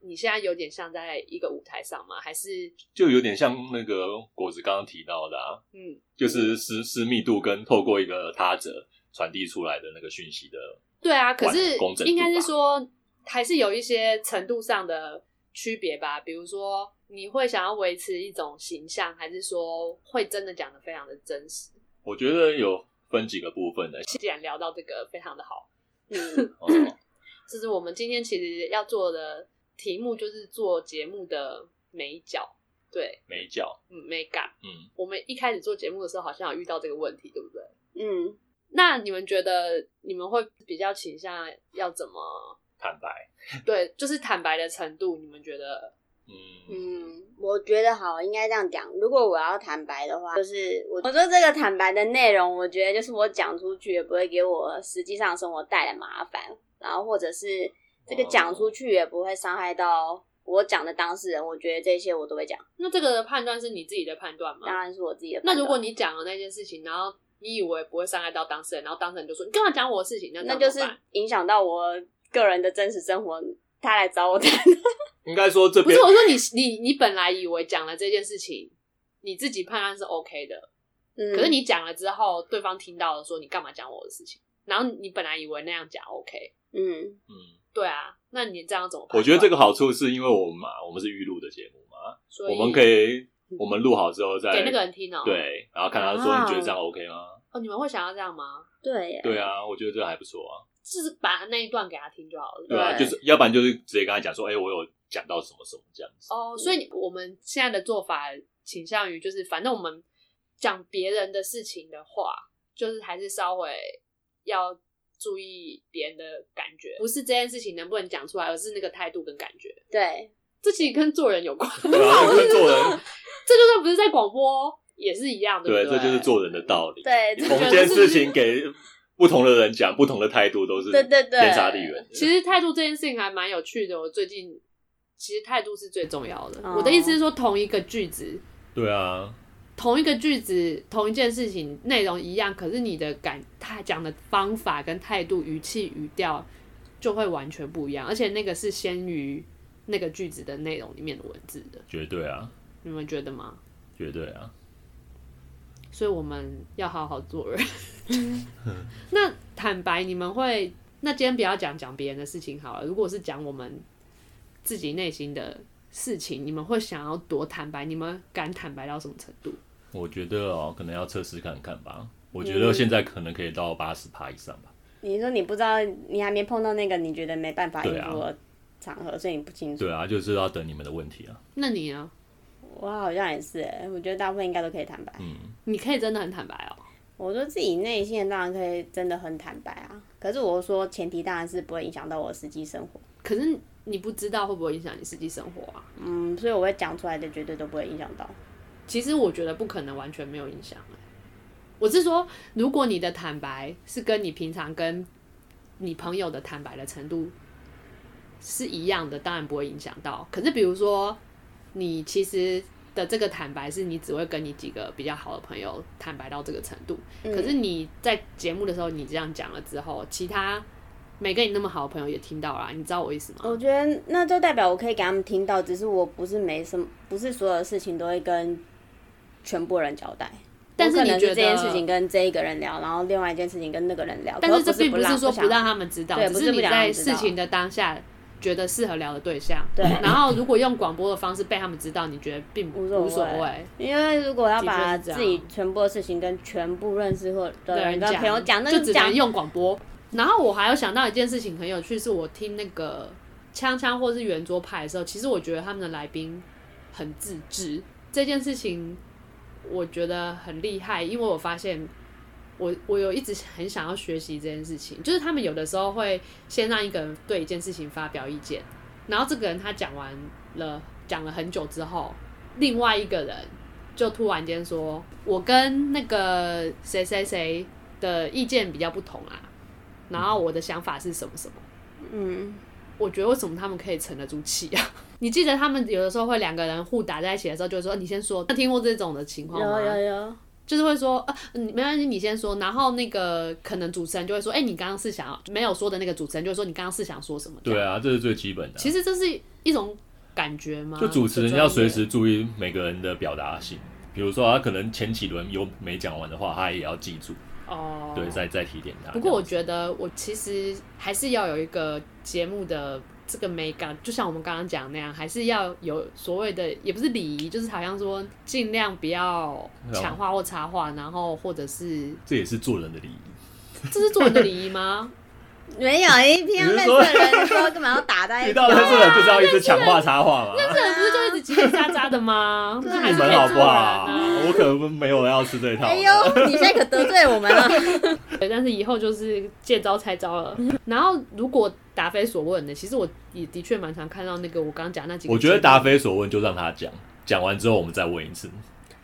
Speaker 1: 你现在有点像在一个舞台上吗？还是
Speaker 3: 就有点像那个果子刚刚提到的、啊，
Speaker 1: 嗯，
Speaker 3: 就是私私密度跟透过一个他者传递出来的那个讯息的，
Speaker 1: 对啊，可是
Speaker 3: 完工整度吧
Speaker 1: 应该是说还是有一些程度上的区别吧。比如说，你会想要维持一种形象，还是说会真的讲的非常的真实？
Speaker 3: 我觉得有分几个部分的、
Speaker 1: 既然聊到这个，非常的好。
Speaker 2: 嗯，
Speaker 3: 哦，
Speaker 1: 就是我们今天其实要做的题目就是做节目的美角，对，
Speaker 3: 美角，
Speaker 1: 嗯，美感。
Speaker 3: 嗯，
Speaker 1: 我们一开始做节目的时候，好像有遇到这个问题，对不对？
Speaker 2: 嗯，
Speaker 1: 那你们觉得你们会比较倾向要怎么？
Speaker 3: 坦白，
Speaker 1: 对，就是坦白的程度，你们觉得？
Speaker 3: 嗯，
Speaker 2: 嗯，我觉得好，应该这样讲。如果我要坦白的话，就是我我说这个坦白的内容，我觉得就是我讲出去也不会给我实际上生活带来麻烦，然后或者是这个讲出去也不会伤害到我讲的当事人。我觉得这些我都会讲，
Speaker 1: 那这个的判断是你自己的判断
Speaker 2: 当
Speaker 1: 吗？
Speaker 2: 然是我自己的判断。
Speaker 1: 那如果你讲了那件事情，然后你以为不会伤害到当事人，然后当事人就说你干嘛讲我的事情？那
Speaker 2: 那
Speaker 1: 那
Speaker 2: 就是影响到我个人的真实生活，他来找我谈。
Speaker 3: 应该说 这
Speaker 1: 不
Speaker 3: 边
Speaker 1: 是我说你你你本来以为讲了这件事情，你自己判断是 OK 的，
Speaker 2: 嗯
Speaker 1: 可是你讲了之后，对方听到了说你干嘛讲我的事情，然后你本来以为那样讲 OK，
Speaker 2: 嗯
Speaker 3: 嗯，
Speaker 1: 对啊，那你这样怎么判断？
Speaker 3: 我觉得这个好处是因为我们嘛，我们是预录的节目嘛，
Speaker 1: 所
Speaker 3: 我们可以我们录好之后再
Speaker 1: 嗯给那个人听哦、，
Speaker 3: 对，然后看他说
Speaker 1: 啊
Speaker 3: 你觉得这样 OK 吗？
Speaker 1: 哦，你们会想要这样吗？
Speaker 2: 对耶
Speaker 3: 对，啊，我觉得这还不错啊，
Speaker 1: 就是把那一段给他听就好了。
Speaker 3: 对啊，
Speaker 2: 对
Speaker 3: 就是要不然就是直接跟他讲说，哎，我有讲到什么什么这样子，
Speaker 1: 哦，所以我们现在的做法倾向于就是，反正我们讲别人的事情的话，就是还是稍微要注意别人的感觉，不是这件事情能不能讲出来，而是那个态度跟感觉。
Speaker 2: 对，
Speaker 1: 这其实跟做人有关， 这
Speaker 3: 对啊，这做人
Speaker 1: 就算不是在广播也是一样，
Speaker 3: 对，
Speaker 1: 不
Speaker 3: 这就是做人的道理。
Speaker 2: 对
Speaker 3: 你
Speaker 2: 这
Speaker 3: 同
Speaker 1: 就是
Speaker 3: 件事情给不同的人讲，不同的态度都是
Speaker 2: 对对对
Speaker 3: 天差地远的。
Speaker 1: 其实态度这件事情还蛮有趣的。我最近其实态度是最重要的。
Speaker 3: 嗯
Speaker 2: 哦
Speaker 1: 我的意思是说，同一个句子，
Speaker 3: 对啊，
Speaker 1: 同一个句子，同一件事情内容一样，可是你的感他讲的方法跟态度、语气、语调就会完全不一样，而且那个是先于那个句子的内容里面的文字的，
Speaker 3: 绝对啊，
Speaker 1: 你们觉得吗？
Speaker 3: 绝对啊。
Speaker 1: 所以我们要好好做人。那坦白，你们会那今天不要讲讲别人的事情好了。如果是讲我们自己内心的事情，你们会想要多坦白？你们敢坦白到什么程度？
Speaker 3: 我觉得哦，可能要测试看看吧。我觉得现在可能可以到八十趴以上吧。
Speaker 2: 你说你不知道，你还没碰到那个你觉得没办法应
Speaker 3: 对啊
Speaker 2: 付的场合，所以你不清楚。
Speaker 3: 对啊，就是要等你们的问题啊。
Speaker 1: 那你呢？
Speaker 2: 我好像也是欸，我觉得大部分应该都可以坦白。
Speaker 3: 嗯，
Speaker 1: 你可以真的很坦白哦、
Speaker 2: 我说自己内心的当然可以真的很坦白啊，可是我说前提当然是不会影响到我实际生活。
Speaker 1: 可是你不知道会不会影响你实际生活啊？
Speaker 2: 嗯，所以我会讲出来的，绝对都不会影响到。
Speaker 1: 其实我觉得不可能完全没有影响、欸。我是说，如果你的坦白是跟你平常跟你朋友的坦白的程度是一样的，当然不会影响到。可是比如说，你其实的这个坦白是你只会跟你几个比较好的朋友坦白到这个程度，
Speaker 2: 嗯
Speaker 1: 可是你在节目的时候你这样讲了之后，其他没跟你那么好的朋友也听到啦，你知道我意思吗？
Speaker 2: 我觉得那就代表我可以给他们听到，只是我不是没什么，不是所有的事情都会跟全部人交代。
Speaker 1: 但是
Speaker 2: 我可
Speaker 1: 你
Speaker 2: 能
Speaker 1: 觉
Speaker 2: 是
Speaker 1: 得
Speaker 2: 这件事情跟这一个人聊，然后另外一件事情跟那个人聊，
Speaker 1: 但是这
Speaker 2: 可是
Speaker 1: 并不是
Speaker 2: 让
Speaker 1: 说
Speaker 2: 不
Speaker 1: 不
Speaker 2: 想
Speaker 1: 让他们知道，
Speaker 2: 对
Speaker 1: 只
Speaker 2: 不是
Speaker 1: 是
Speaker 2: 不
Speaker 1: 你
Speaker 2: 让他们
Speaker 1: 在
Speaker 2: 知
Speaker 1: 事
Speaker 2: 道
Speaker 1: 情的当下觉得适合聊的对象。
Speaker 2: 对
Speaker 1: 然后如果用广播的方式被他们知道，你觉得并
Speaker 2: 无
Speaker 1: 无
Speaker 2: 所
Speaker 1: 所
Speaker 2: 谓
Speaker 1: 谓。
Speaker 2: 因为如果要把
Speaker 1: 的确是这
Speaker 2: 自
Speaker 1: 样
Speaker 2: 己全部的事情跟全部认识或的
Speaker 1: 对
Speaker 2: 人跟朋友讲，那
Speaker 1: 就只
Speaker 2: 讲
Speaker 1: 能用广播。然后我还有想到一件事情很有趣，是我听那个锵锵或是圆桌派的时候，其实我觉得他们的来宾很自制，这件事情我觉得很厉害，因为我发现我我有一直很想要学习这件事情，就是他们有的时候会先让一个人对一件事情发表意见，然后这个人他讲完了讲了很久之后，另外一个人就突然间说：“我跟那个谁谁谁的意见比较不同啊，然后我的想法是什么什么。”
Speaker 2: 嗯，
Speaker 1: 我觉得为什么他们可以沉得住气啊？ 你记啊得他们有的时候会两个人互打在一起的时候，就会说你先说。那听过这种的情况
Speaker 2: 有有
Speaker 1: 吗？
Speaker 2: 有，
Speaker 1: 就是会说，呃，嗯没关系，你先说。然后那个可能主持人就会说，哎、你刚刚是想要没有说的那个主持人就会说，你刚刚是想说什么？这
Speaker 3: 对
Speaker 1: 样，
Speaker 3: 啊，这是最基本的啊、
Speaker 1: 其实这是一种感觉嘛。
Speaker 3: 就主持人要随
Speaker 1: 不专业
Speaker 3: 时注意每个人的表达性，比如说他可能前几轮有没讲完的话，他也要记住，
Speaker 1: 哦，
Speaker 3: 对，再再提点他。
Speaker 1: 不过我
Speaker 3: 这样
Speaker 1: 觉得，我其实还是要有一个节目的这个美感，就像我们刚刚讲那样，还是要有所谓的，也不是礼仪，就是好像说尽量不要抢话或插话，然后或者 是
Speaker 3: 这也是做人的礼仪。
Speaker 1: 这是做人的礼仪吗？
Speaker 2: 没有，一偏认识的人说干嘛要打在
Speaker 3: 遇
Speaker 1: 哎
Speaker 2: 一起？
Speaker 3: 到认识人就是要一
Speaker 1: 啊
Speaker 3: 直抢话插话嘛，
Speaker 1: 这人不是就一直叽叽喳喳的吗？
Speaker 2: 对啊
Speaker 1: 那还
Speaker 3: 你
Speaker 1: 是可
Speaker 3: 们
Speaker 1: 以
Speaker 3: 好
Speaker 1: 做
Speaker 3: 不
Speaker 1: 人
Speaker 3: 好
Speaker 1: 啊。？
Speaker 3: 我可能没有要吃这一套。
Speaker 2: 哎呦，你现在可得罪我们了。
Speaker 1: 对，但是以后就是见招拆招了。 然后如果答非所问的，其实我也的确蛮常看到那个我刚刚讲那几个节目，
Speaker 3: 我觉得答非所问就让他讲，讲完之后我们再问一次。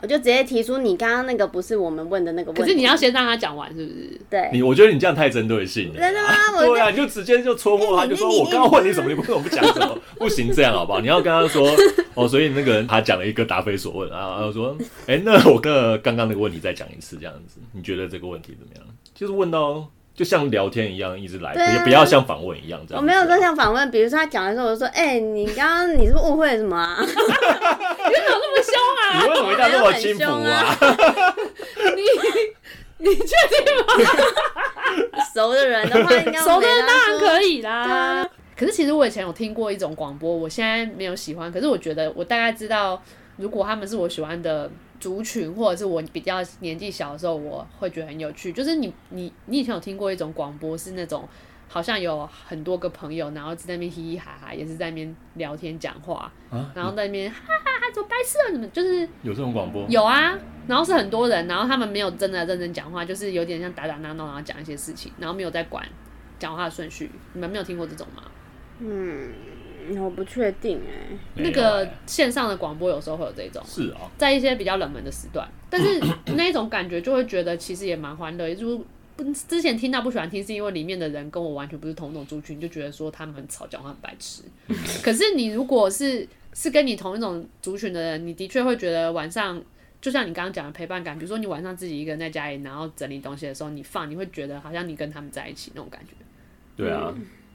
Speaker 2: 我就直接提出你刚刚那个不是我们问的那个问题。
Speaker 1: 可是你要先让他讲完，是不是？
Speaker 2: 对，
Speaker 3: 你我觉得你这样太针对性了。
Speaker 2: 真的吗？我
Speaker 3: 对啊，你就直接就戳破他，
Speaker 2: 哎
Speaker 3: 就说
Speaker 2: 你你
Speaker 3: 我刚刚问你什么，你不跟我不讲什 么，不行这样好不好？你要跟他说 哦，所以那个人他讲了一个答非所问啊，然后说，哎、那我跟刚刚那个问题再讲一次，这样子，你觉得这个问题怎么样？就是问到就像聊天一样一直来，
Speaker 2: 对啊
Speaker 3: 也不要像访问一样这啊样。
Speaker 2: 我没有说。像访问，比如说他讲的时候，我就说：“哎、你刚刚你是不是误会了什么啊？
Speaker 3: 你为什么啊一定要那么轻浮
Speaker 2: 我没有
Speaker 3: 啊
Speaker 2: 很？熟的人的话，应该
Speaker 1: 熟
Speaker 2: 我
Speaker 1: 的
Speaker 2: 没
Speaker 1: 人
Speaker 2: 跟他
Speaker 1: 当然
Speaker 2: 说
Speaker 1: 可以 啦。啊可是其实我以前有听过一种广播，我现在没有喜欢，可是我觉得我大概知道，如果他们是我喜欢的族群，或者是我比较年纪小的时候，我会觉得很有趣。就是你你你以前有听过一种广播是那种。好像有很多个朋友，然后在那边嘻嘻哈哈，也是在那边聊天讲话，
Speaker 3: 啊
Speaker 1: 然后在那边哈哈哈，怎么白痴啊，怎么就是
Speaker 3: 有这种广播？
Speaker 1: 有啊，然后是很多人，然后他们没有真的认真讲话，就是有点像打打闹闹，然后讲一些事情，然后没有在管讲话的顺序。你们没有听过这种吗？
Speaker 2: 嗯，我不确定哎、
Speaker 3: 没有
Speaker 1: 那个
Speaker 3: 哎
Speaker 1: 线上的广播有时候会有这种，
Speaker 3: 是啊，
Speaker 1: 在一些比较冷门的时段，但是那一种感觉就会觉得其实也蛮欢乐。就是不之前听到不喜欢听，是因为里面的人跟我完全不是同种族群，就觉得说他们很吵，讲话很白痴。可是你如果是是跟你同一种族群的人，你的确会觉得晚上。就像你刚刚讲的陪伴感，比如说你晚上自己一个人在家里，然后整理东西的时候，你放，你会觉得好像你跟他们在一起那种感觉。
Speaker 3: 对啊，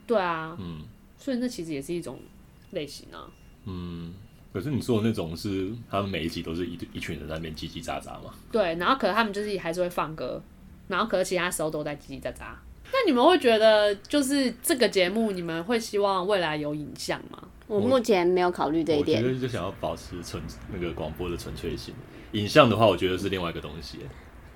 Speaker 1: 对啊，
Speaker 3: 嗯
Speaker 1: 所以那其实也是一种类型啊。
Speaker 3: 嗯。可是你说的那种是他们每一集都是一一群人在那边叽叽喳喳嘛？
Speaker 1: 对，然后可能他们就是还是会放歌，然后可是其他时候都在叽叽喳喳。那你们会觉得，就是这个节目，你们会希望未来有影像吗？
Speaker 2: 我目前没有考虑这一
Speaker 3: 我觉
Speaker 2: 点。
Speaker 3: 得就想要保持纯那个广播的纯粹性，影像的话，我觉得是另外一个东西，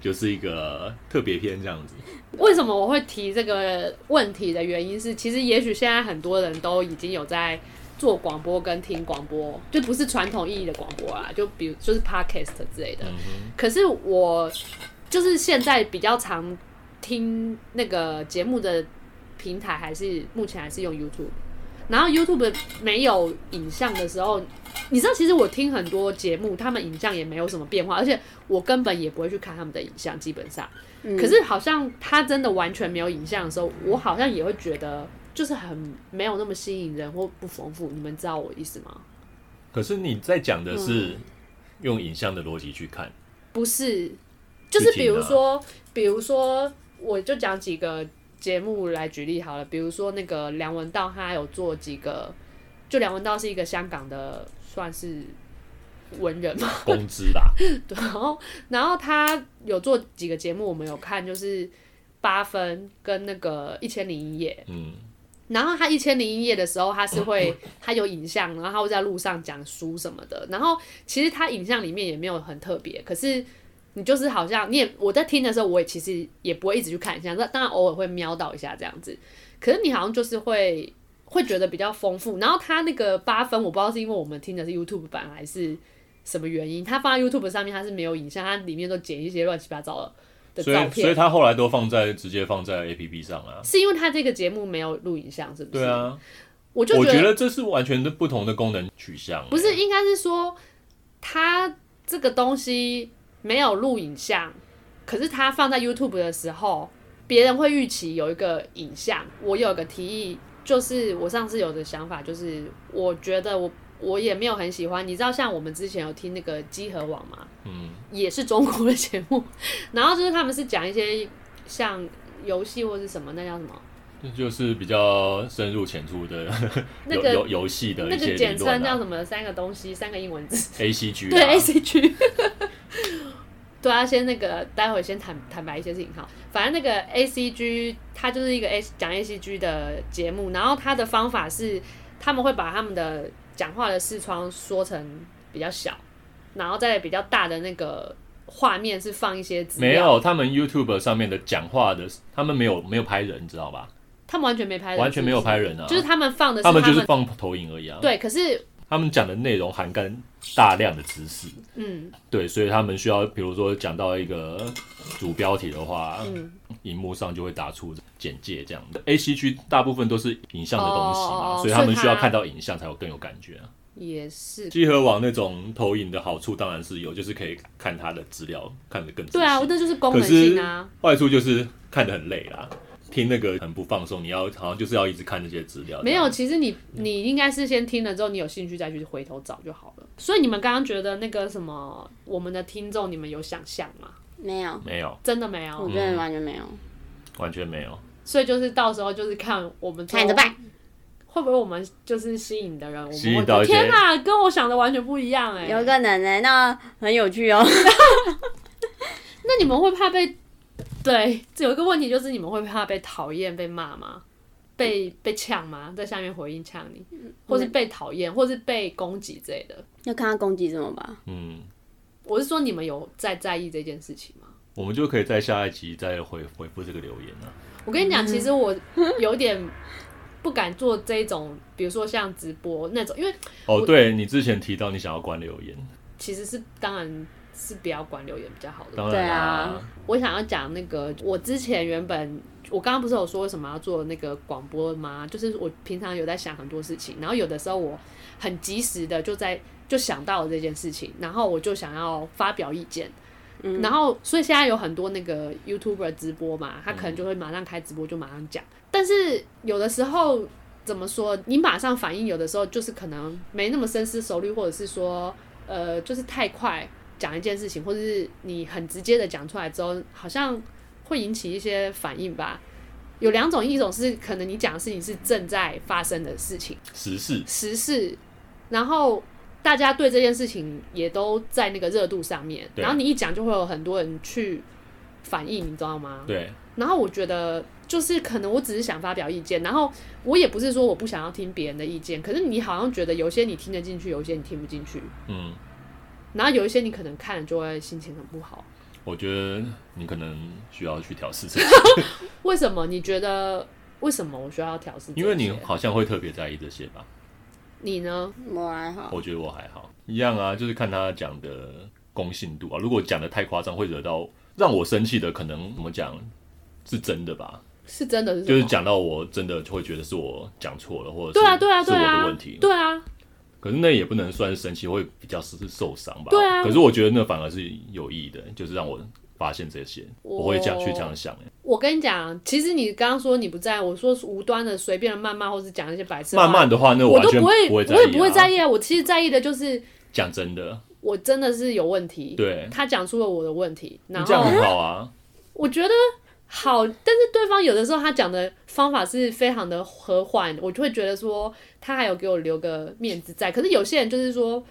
Speaker 3: 就是一个特别篇这样子。
Speaker 1: 为什么我会提这个问题的原因是，其实也许现在很多人都已经有在做广播跟听广播，就不是传统意义的广播啦，就比如就是 podcast 之类的。
Speaker 3: 嗯哼，
Speaker 1: 可是我就是现在比较常听那个节目的平台，还是目前还是用 YouTube。然后 YouTube 没有影像的时候，你知道，其实我听很多节目，他们影像也没有什么变化，而且我根本也不会去看他们的影像，基本上。
Speaker 2: 嗯
Speaker 1: 可是好像他真的完全没有影像的时候，我好像也会觉得就是很没有那么吸引人或不丰富。你们知道我意思吗？
Speaker 3: 可是你在讲的
Speaker 1: 嗯
Speaker 3: 是用影像的逻辑去看，
Speaker 1: 不是，就是
Speaker 3: 去
Speaker 1: 比
Speaker 3: 听的
Speaker 1: 如说，比如说，我就讲几个节目来举例好了。比如说那个梁文道，他有做几个，就梁文道是一个香港的算是文人嘛，
Speaker 3: 工资吧，
Speaker 1: 对然后然后他有做几个节目，我们有看，就是八分跟那个一千零一夜，
Speaker 3: 嗯，
Speaker 1: 然后他一千零一夜的时候，他是会他有影像，然后他会在路上讲书什么的。然后其实他影像里面也没有很特别，可是你就是好像你也我在听的时候，我也其实也不会一直去看一下，那当然偶尔会瞄到一下这样子。可是你好像就是会会觉得比较丰富。然后他那个八分，我不知道是因为我们听的是 YouTube 版还是什么原因，他放在 YouTube 上面他是没有影像，他里面都剪一些乱七八糟的的
Speaker 3: 所
Speaker 1: 照
Speaker 3: 以所以
Speaker 1: 片。
Speaker 3: 他后来都放在直接放在 A P P 上啊。
Speaker 1: 是因为他这个节目没有录影像，是不是？
Speaker 3: 对，啊，
Speaker 1: 我就
Speaker 3: 我
Speaker 1: 觉
Speaker 3: 觉
Speaker 1: 得
Speaker 3: 得这是完全的不同的功能取向。
Speaker 1: 不是，应该是说它这个东西没有录影像，可是它放在 YouTube 的时候，别人会预期有一个影像。我有一个提议，就是我上次有的想法，就是我觉得我我也没有很喜欢。你知道，像我们之前有听那个集合网嘛，
Speaker 3: 嗯，
Speaker 1: 也是中国的节目， 然后就是他们是讲一些像游戏或是什么，那叫什么？
Speaker 3: 这就是比较深入浅出的
Speaker 1: 那
Speaker 3: 游
Speaker 1: 个
Speaker 3: 游游戏的
Speaker 1: 那
Speaker 3: 一些
Speaker 1: 个
Speaker 3: 理
Speaker 1: 简称
Speaker 3: 论
Speaker 1: 叫
Speaker 3: 啊
Speaker 1: 什么？三个东西，三个英文字。
Speaker 3: ，A C G 啊
Speaker 1: 对 A C G。对啊，先那个，待会先坦坦白一些事情哈。反正那个 A C G，它就是一个 A 讲 A C G 的节目，然后它的方法是他们会把他们的讲话的视窗缩成比较小，然后在比较大的那个画面是放一些资料。
Speaker 3: 没，有，他们 YouTube 上面的讲话的，他们没有没有拍人，你知道吧？
Speaker 1: 他们完全没拍人，
Speaker 3: 完全没有拍
Speaker 1: 人，
Speaker 3: 人啊，
Speaker 1: 就是他们放的
Speaker 3: 他
Speaker 1: 们
Speaker 3: 们就是放投影而已啊。，
Speaker 1: 对，可是
Speaker 3: 他们讲的内容涵盖大量的知识，
Speaker 1: 嗯
Speaker 3: 对，所以他们需要，比如说讲到一个主标题的话，
Speaker 1: 嗯，
Speaker 3: 荧幕上就会打出简介这样的。A C 区大部分都是影像的东西
Speaker 1: 哦哦
Speaker 3: 嘛，
Speaker 1: 哦
Speaker 3: 所以他
Speaker 1: 所
Speaker 3: 们
Speaker 1: 以它
Speaker 3: 需要看到影像才有更有感觉啊。
Speaker 1: 也是
Speaker 3: 集合网那种投影的好处当然是有，就是可以看它的资料看得更仔细
Speaker 1: 对啊，那就是功
Speaker 3: 可
Speaker 1: 能
Speaker 3: 是
Speaker 1: 性啊。
Speaker 3: 坏处就是看得很累啦，听那个很不放松，你要好像就是要一直看这些资料。
Speaker 1: 没有，，其实你你应该是先听了之后，你有兴趣再去回头找就好了。所以你们刚刚觉得那个什么，我们的听众，你们有想象吗？
Speaker 2: 没有，
Speaker 3: 没有，
Speaker 1: 真的没有
Speaker 3: 嗯
Speaker 2: 我，真的完全没有，
Speaker 3: 完全没有。
Speaker 1: 所以就是到时候就是看我们
Speaker 2: 看着
Speaker 1: 办，
Speaker 2: 办，
Speaker 1: 会不会我们就是吸引的人，我们
Speaker 3: 吸引
Speaker 1: 会觉
Speaker 3: 到
Speaker 1: 得
Speaker 3: 一些
Speaker 1: 天哪，跟我想的完全不一样哎、
Speaker 2: 哦有可能呢、那很有趣哦。
Speaker 1: 那你们会怕被？对，有一个问题就是你们会怕被讨厌、被骂吗？被
Speaker 3: 嗯
Speaker 1: 被呛吗？在下面回应呛你，或是被讨厌，或是被攻击之类的。
Speaker 2: 要看他攻击什么吧。
Speaker 3: 嗯，
Speaker 1: 我是说，你们有在在意这件事情吗？
Speaker 3: 我们就可以在下一集再回回复这个留言啊了、
Speaker 1: 我跟你讲，其实我有点不敢做这种，比如说像直播那种，因为
Speaker 3: 哦，
Speaker 1: 我
Speaker 3: 对你之前提到你想要关留言，
Speaker 1: 其实是当然是不要管留言比较好的。
Speaker 3: 当然啦、
Speaker 2: 对
Speaker 1: 我想要讲那个，我之前原本我刚刚不是有说为什么要做那个广播吗？就是我平常有在想很多事情，然后有的时候我很及时的就在就想到了这件事情，然后我就想要发表意见。
Speaker 2: 嗯
Speaker 1: 然后，所以现在有很多那个 YouTuber 直播嘛，他可能就会马上开直播就马上讲。但是有的时候怎么说，你马上反应，有的时候就是可能没那么深思熟虑，或者是说，呃，就是太快讲一件事情，或者是你很直接的讲出来之后，好像会引起一些反应吧。有两种，一种是可能你讲的事情是正在发生的事情，
Speaker 3: 时事
Speaker 1: 时事，然后大家对这件事情也都在那个热度上面，
Speaker 3: 对
Speaker 1: 然后你一讲就会有很多人去反应，你知道吗？
Speaker 3: 对，
Speaker 1: 然后我觉得就是可能我只是想发表意见，然后我也不是说我不想要听别人的意见，可是你好像觉得有些你听得进去，有些你听不进去，
Speaker 3: 嗯，
Speaker 1: 然后有一些你可能看了就会心情很不好。
Speaker 3: 我觉得你可能需要去调 试这些，
Speaker 1: 为什么你觉得？为什么我需要调试这些？
Speaker 3: 因为你好像会特别在意这些吧？
Speaker 1: 你呢？
Speaker 2: 我还好，
Speaker 3: 我觉得我还好，一样啊，就是看他讲的公信度啊。如果讲的太夸张，会惹到让我生气的，可能怎么讲是真的吧？
Speaker 1: 是真的是什
Speaker 3: 就是
Speaker 1: 么
Speaker 3: 讲到我真的就会觉得是我讲错了，或者是
Speaker 1: 对啊对啊对
Speaker 3: 是我的
Speaker 1: 啊
Speaker 3: 问题。
Speaker 1: 对啊，
Speaker 3: 可是那也不能算生气，会比较是受伤吧？
Speaker 1: 对啊
Speaker 3: 可是我觉得那反而是有益的，就是让我发现这些，
Speaker 1: 我
Speaker 3: 我会这样去这样想。
Speaker 1: 我跟你讲，其实你刚刚说你不在，我说无端的随便的谩骂或是讲一些白痴话，
Speaker 3: 慢慢的话，那
Speaker 1: 我
Speaker 3: 完
Speaker 1: 都
Speaker 3: 全
Speaker 1: 不会，
Speaker 3: 会在
Speaker 1: 我也不会在
Speaker 3: 意啊。
Speaker 1: 意啊。我其实在意的就是
Speaker 3: 讲真的，
Speaker 1: 我真的是有问题，
Speaker 3: 对，
Speaker 1: 他讲出了我的问题，然
Speaker 3: 这样
Speaker 1: 后
Speaker 3: 很好啊。
Speaker 1: 我觉得好，但是对方有的时候他讲的方法是非常的和缓，我就会觉得说他还有给我留个面子在。可是有些人就是说，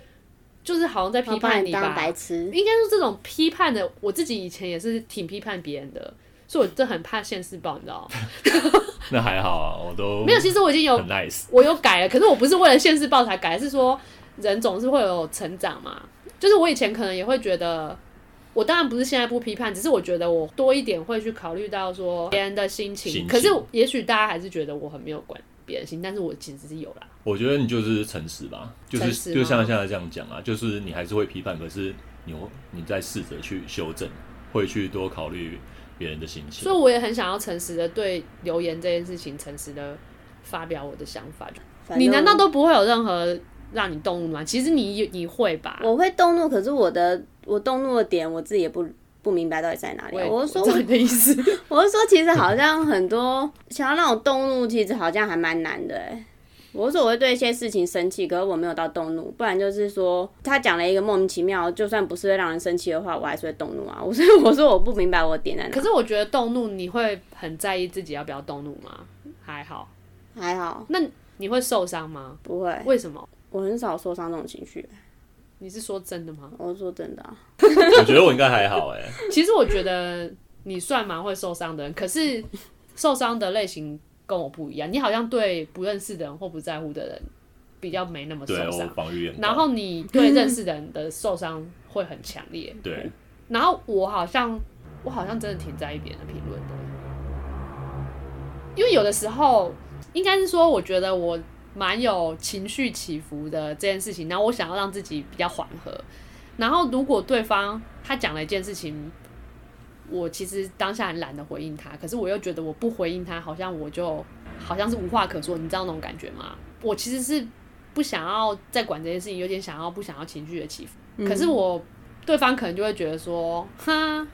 Speaker 1: 就是好像在批
Speaker 2: 我把
Speaker 1: 判
Speaker 2: 你
Speaker 1: 吧，
Speaker 2: 当白痴。
Speaker 1: 应该说这种批判的，我自己以前也是挺批判别人的，所以我真的很怕现世报，你知道吗？
Speaker 3: 那还好啊，我都
Speaker 1: 没有，其实我已经有
Speaker 3: 很 nice。
Speaker 1: 我有改了，可是我不是为了现世报才改，是说人总是会有成长嘛。就是我以前可能也会觉得，我当然不是现在不批判，只是我觉得我多一点会去考虑到说别人的心情。
Speaker 3: 心情
Speaker 1: 可是也许大家还是觉得我很没有管别人心，但是我其实是有啦。
Speaker 3: 我觉得你就是诚实吧，就
Speaker 1: 诚
Speaker 3: 是
Speaker 1: 实
Speaker 3: 就
Speaker 1: 吗
Speaker 3: 像现在这样讲啊，就是你还是会批判，可是你会你在试着去修正，会去多考虑别人的心情
Speaker 1: 所以。我也很想要诚实的对留言这件事情诚实的发表我的想法。
Speaker 2: 反正
Speaker 1: 你难道都不会有任何让你动怒吗？其实你你会吧？
Speaker 2: 我会动怒？可是我的我动怒的点，我自己也不不明白到底在哪里啊、
Speaker 1: 也
Speaker 2: 我是说
Speaker 1: 知道你的意思。
Speaker 2: 我是说，其实好像很多想要让我动怒，其实好像还蛮难的哎、我所谓对一些事情生气，可是我没有到动怒，不然就是说他讲了一个莫名其妙，就算不是会让人生气的话，我还是会动怒啊。我所以我说我不明白我点在哪。
Speaker 1: 可是我觉得动怒，你会很在意自己要不要动怒吗？还好，
Speaker 2: 还好
Speaker 1: 那你会受伤吗？
Speaker 2: 不会，
Speaker 1: 为什么？
Speaker 2: 我很少受伤这种情绪。
Speaker 1: 你是说真的吗？
Speaker 2: 我说真的、啊，
Speaker 3: 我觉得我应该还好哎、
Speaker 1: 其实我觉得你算蛮会受伤的人，可是受伤的类型跟我不一样。你好像对不认识的人或不在乎的人比较没那么受
Speaker 3: 对我
Speaker 1: 伤，
Speaker 3: 防御很高
Speaker 1: 然后你对认识的人的受伤会很强烈。
Speaker 3: 对，
Speaker 1: 然后我好像我好像真的挺在意别人的评论的，因为有的时候应该是说，我觉得我蛮有情绪起伏的这件事情，然后我想要让自己比较缓和。然后如果对方他讲了一件事情，我其实当下很懒得回应他，可是我又觉得我不回应他，好像我就好像是无话可说，你知道那种感觉吗？我其实是不想要再管这件事情，有点想要不想要情绪的起伏，可是我对方可能就会觉得说，哈，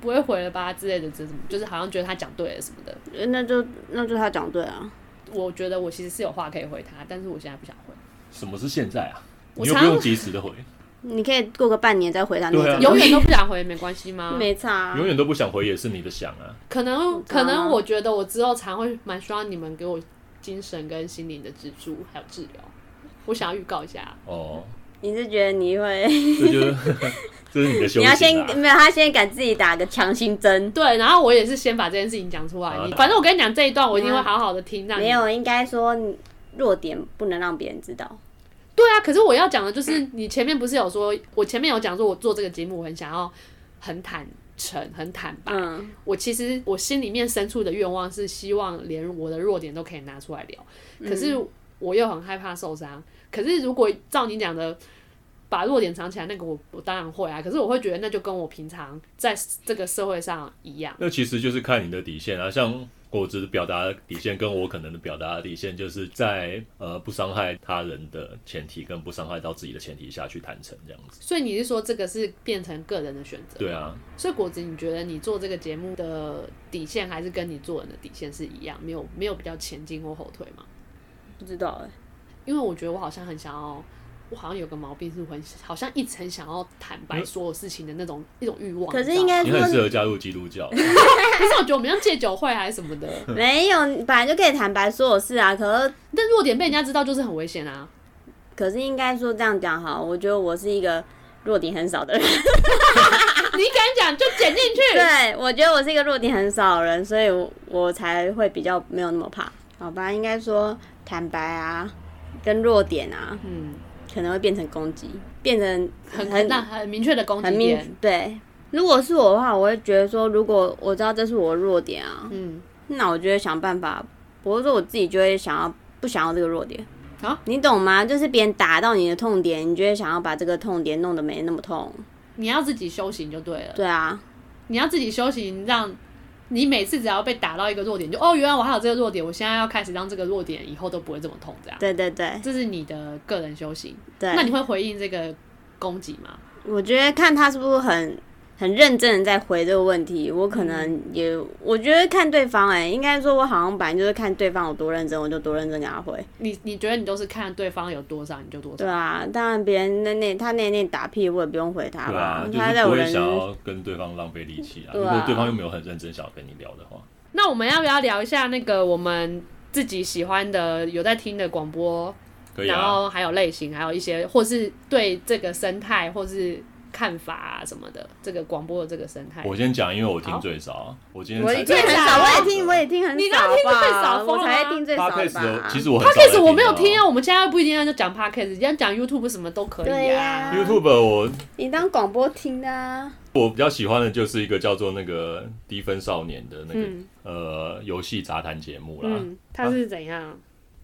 Speaker 1: 不会回了吧之类的，这种就是好像觉得他讲对了什么的。
Speaker 2: 呃那就那就他讲对啊。
Speaker 1: 我觉得我其实是有话可以回他，但是我现在不想 回。
Speaker 3: 什么是现在啊？
Speaker 1: 我
Speaker 3: 你又不
Speaker 1: 常
Speaker 3: 用及时的回，
Speaker 2: 你可以过个半年再回答你
Speaker 3: 对
Speaker 2: 的
Speaker 3: 啊
Speaker 2: 这个
Speaker 1: 永
Speaker 2: 问题，
Speaker 1: 远都不想回没关系吗？
Speaker 2: 没差、啊。
Speaker 3: 永远都不想回也是你的想啊。
Speaker 1: 可能
Speaker 2: 知道啊
Speaker 1: 可能我觉得我之后常会蛮需要你们给我精神跟心灵的支柱，还有治疗。我想要预告一下，
Speaker 3: 哦，
Speaker 2: 你是觉得你会？
Speaker 3: 这就是 这是你的修行、
Speaker 2: 你
Speaker 3: 啊。
Speaker 2: 要先没有，他先给自己打个强心针。
Speaker 1: 对，然后我也是先把这件事情讲出来。
Speaker 3: 好
Speaker 1: 你
Speaker 3: 的
Speaker 1: 反正我跟你讲这一段，我一定
Speaker 2: 没
Speaker 1: 会
Speaker 2: 有
Speaker 1: 好好的听，让你
Speaker 2: 没有，应该说你弱点不能让别人知道。
Speaker 1: 对啊，可是我要讲的就是，你前面不是有说，我前面有讲说，我做这个节目，我很想要很坦诚、很坦白。
Speaker 2: 嗯，
Speaker 1: 我其实我心里面深处的愿望是希望连我的弱点都可以拿出来聊，可是我又很害怕受伤。可是如果照你讲的，把弱点藏起来，那个我我当然会啊。可是我会觉得那就跟我平常在这个社会上一样。
Speaker 3: 那其实就是看你的底线啊，像果子表达的底线跟我可能的表达的底线，就是在呃不伤害他人的前提跟不伤害到自己的前提下去谈成这样子。
Speaker 1: 所以你是说这个是变成个人的选择？
Speaker 3: 对啊，
Speaker 1: 所以果子，你觉得你做这个节目的底线还是跟你做人的底线是一样，没有没有比较前进或后退吗？
Speaker 2: 不知道哎、
Speaker 1: 因为我觉得我好像很想要，我好像有个毛病是我很好像一直很想要坦白所有事情的那种一种欲望。
Speaker 2: 可是
Speaker 1: 你知道
Speaker 2: 应该
Speaker 3: 你很适
Speaker 2: 说
Speaker 3: 合加入基督教，
Speaker 1: 吗，可是我觉得我们像戒酒会还是什么的，
Speaker 2: 没有，你本来就可以坦白所有事啊。可是
Speaker 1: 但弱点被人家知道就是很危险啊。
Speaker 2: 可是应该说这样讲好，我觉得我是一个弱点很少 的人。
Speaker 1: 你敢讲就剪进去。
Speaker 2: 对，我觉得我是一个弱点很少的人，所以我我才会比较没有那么怕。好吧，应该说坦白啊，跟弱点啊，
Speaker 1: 嗯，
Speaker 2: 可能会变成攻击，变成
Speaker 1: 很很那很明确的攻
Speaker 2: 很
Speaker 1: 击
Speaker 2: 明
Speaker 1: 点。
Speaker 2: 对。如果是我的话，我会觉得说，如果我知道这是我的弱点啊，
Speaker 1: 嗯，
Speaker 2: 那我就会想办法。我是说我自己就会想要不想要这个弱点
Speaker 1: 啊，
Speaker 2: 你懂吗？就是别人打到你的痛点，你就会想要把这个痛点弄得没那么痛。
Speaker 1: 你要自己修行就对了。
Speaker 2: 对啊，
Speaker 1: 你要自己修行，让你每次只要被打到一个弱点，就哦，原来我还有这个弱点，我现在要开始让这个弱点以后都不会这么痛，这样，
Speaker 2: 对对对
Speaker 1: 这是你的个人修行。
Speaker 2: 对。
Speaker 1: 那你会回应这个攻击吗？
Speaker 2: 我觉得看他是不是很很认真的在回这个问题，我可能也，我觉得看对方、欸，哎，应该说我好像本来就是看对方有多认真，我就多认真给他回，
Speaker 1: 你你觉得你都是看对方有多少你就多
Speaker 2: 对
Speaker 1: 少，
Speaker 2: 啊，当然别人那那他那那打屁，我也不用回他
Speaker 3: 对
Speaker 2: 吧
Speaker 3: 啊，，就
Speaker 2: 他
Speaker 3: 是
Speaker 2: 在
Speaker 3: 不
Speaker 2: 我
Speaker 3: 会
Speaker 2: 人
Speaker 3: 想要跟对方浪费力气啊。
Speaker 2: 对
Speaker 3: 如
Speaker 2: 啊
Speaker 3: 果对方又没有很认真想要跟你聊的话，
Speaker 1: 那我们要不要聊一下那个我们自己喜欢的、有在听的广播，
Speaker 3: 可以
Speaker 1: 然
Speaker 3: 啊。
Speaker 1: 后还有类型，还有一些或是对这个生态或是看法啊什么的，这个广播的这个生态。
Speaker 3: 我先讲，因为我听
Speaker 1: 好
Speaker 3: 最少，我今天
Speaker 2: 我
Speaker 3: 才
Speaker 2: 最
Speaker 1: 最
Speaker 2: 少，
Speaker 1: 少
Speaker 2: 我也听，我也听很
Speaker 1: 你都
Speaker 2: 少吧，
Speaker 1: 听最少疯
Speaker 2: 我
Speaker 1: 了
Speaker 2: 才
Speaker 1: 吗
Speaker 2: 听最少
Speaker 3: podcast 的
Speaker 2: 吧。
Speaker 3: 其实我很
Speaker 1: podcast
Speaker 3: 少在
Speaker 1: 我没有
Speaker 3: 哦
Speaker 1: 听啊，我们现在不一定要讲 podcast，人家讲 YouTube 什么都可
Speaker 2: 对
Speaker 1: 以
Speaker 2: 呀
Speaker 1: 啊。
Speaker 3: YouTube 我
Speaker 2: 你当广播听的啊，
Speaker 3: 我比较喜欢的就是一个叫做那个低分少年的那个、
Speaker 1: 嗯
Speaker 3: 呃游戏杂谈节目啦，
Speaker 1: 嗯，他是怎样？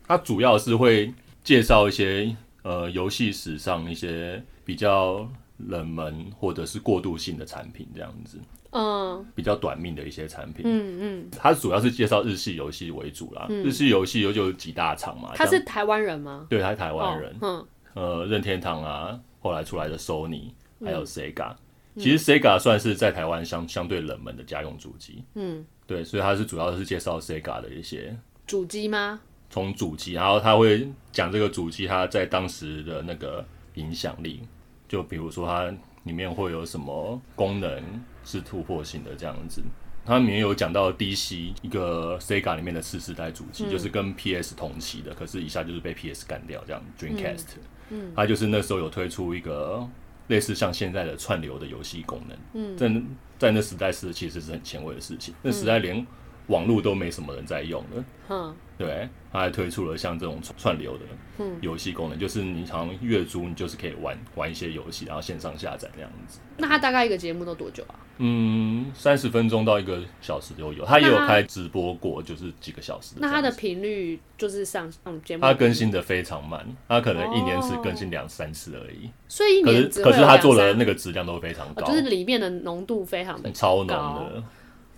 Speaker 3: 它主要是会介绍一些呃游戏史上一些比较冷门或者是过渡性的产品，这样子
Speaker 1: 嗯
Speaker 3: 比较短命的一些产品。
Speaker 1: 嗯嗯，
Speaker 3: 它主要是介绍日系游戏为主啦，
Speaker 2: 嗯
Speaker 3: 日系游戏有就有几大厂嘛，
Speaker 1: 他
Speaker 3: 像
Speaker 1: 是台湾人吗？
Speaker 3: 对，他是台湾人，
Speaker 1: 哦
Speaker 3: 呃，任天堂啊，后来出来的 Sony，还有 Sega、其实 Sega 算是在台湾相相对冷门的家用主机，
Speaker 1: 嗯嗯，
Speaker 3: 对，所以它是主要是介绍 Sega 的一些
Speaker 1: 主机吗？
Speaker 3: 从主机，然后他会讲这个主机它在当时的那个影响力，就比如说它里面会有什么功能是突破性的这样子。它里面有讲到 DC 一个 Sega 里面的次世代主机，就是跟 PS 同期的，可是一下就是被 PS 干掉这样 Dreamcast。嗯，它就是那时候有推出一个类似像现在的串流的游戏功能。嗯，在那在那时代是其实是很前卫的事情，那时代连网络都没什么人在用了。
Speaker 1: 哼，
Speaker 3: 对，它还推出了像这种串串流的
Speaker 1: 嗯
Speaker 3: 游戏功能，就是你好像月租，你就是可以玩玩一些游戏，然后线上下载这样子。
Speaker 1: 那他大概一个节目都多久啊？
Speaker 3: 嗯，三十分钟到一个小时都有，它也有
Speaker 1: 那它
Speaker 3: 开直播过，就是几个小时这
Speaker 1: 那
Speaker 3: 样子。
Speaker 1: 他的频率就是上嗯节目，
Speaker 3: 它更新的非常慢，它可能一年只
Speaker 1: 哦
Speaker 3: 更新两三次而已。
Speaker 1: 所哦以一
Speaker 3: 可
Speaker 1: 年只
Speaker 3: 是可是它
Speaker 1: 他
Speaker 3: 做的那个质量都非常高，
Speaker 1: 哦就是里面的浓度非常的
Speaker 3: 超浓
Speaker 1: 高
Speaker 3: 的。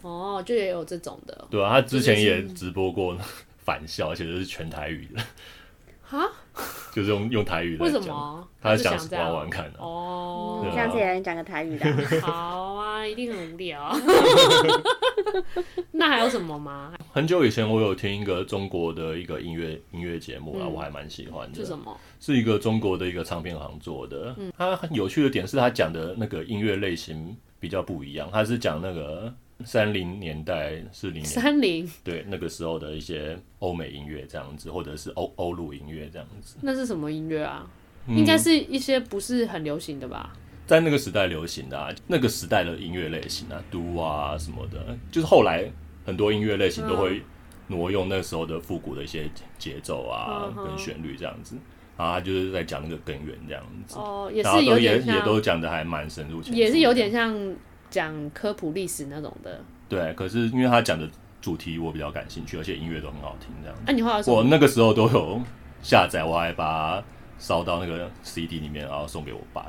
Speaker 1: 哦，就也有这种的
Speaker 3: 对啊，他之前
Speaker 1: 就是
Speaker 3: 也直播过 返校，而且是全台语的，
Speaker 1: 哈？
Speaker 3: 就是用用台语来
Speaker 1: 为什
Speaker 3: 讲。
Speaker 1: 么？
Speaker 3: 他
Speaker 1: 是
Speaker 3: 想
Speaker 1: 想这样
Speaker 3: 玩玩看、啊，
Speaker 1: 哦
Speaker 3: 对啊
Speaker 2: 下次也来讲个台语的 啊。
Speaker 1: 好啊，一定很无聊。那还有什么吗？
Speaker 3: 很久以前我有听一个中国的一个音乐音乐节目啊，
Speaker 1: 嗯
Speaker 3: 我还蛮喜欢的。
Speaker 1: 是什么？嗯
Speaker 3: 是一个中国的一个唱片行做的。它很有趣的点是，它讲的那个音乐类型比较不一样，它是讲那个三零年代、四零年
Speaker 1: 三零
Speaker 3: 对那个时候的一些欧美音乐这样子，或者是欧欧陆音乐这样子，
Speaker 1: 那是什么音乐啊？
Speaker 3: 嗯
Speaker 1: 应该是一些不是很流行的吧？
Speaker 3: 在那个时代流行的、啊，那个时代的音乐类型啊，嘟啊什么的，就是后来很多音乐类
Speaker 1: 嗯
Speaker 3: 型都会挪用那时候的复古的一些节奏啊、
Speaker 1: 嗯哼
Speaker 3: 跟旋律这样子。然后他就是在讲那个根源这样子，
Speaker 1: 哦，也
Speaker 3: 然后
Speaker 1: 是有
Speaker 3: 都也
Speaker 1: 点
Speaker 3: 也
Speaker 1: 像，
Speaker 3: 都讲的还蛮深入浅出的，
Speaker 1: 也是有点像讲科普历史那种的。
Speaker 3: 对，可是因为他讲的主题我比较感兴趣，而且音乐都很好听，这样。
Speaker 1: 啊那你后来有什
Speaker 3: 我
Speaker 1: 么？
Speaker 3: 那个时候都有下载，我还把它烧到那个 CD 里面，然后送给我爸，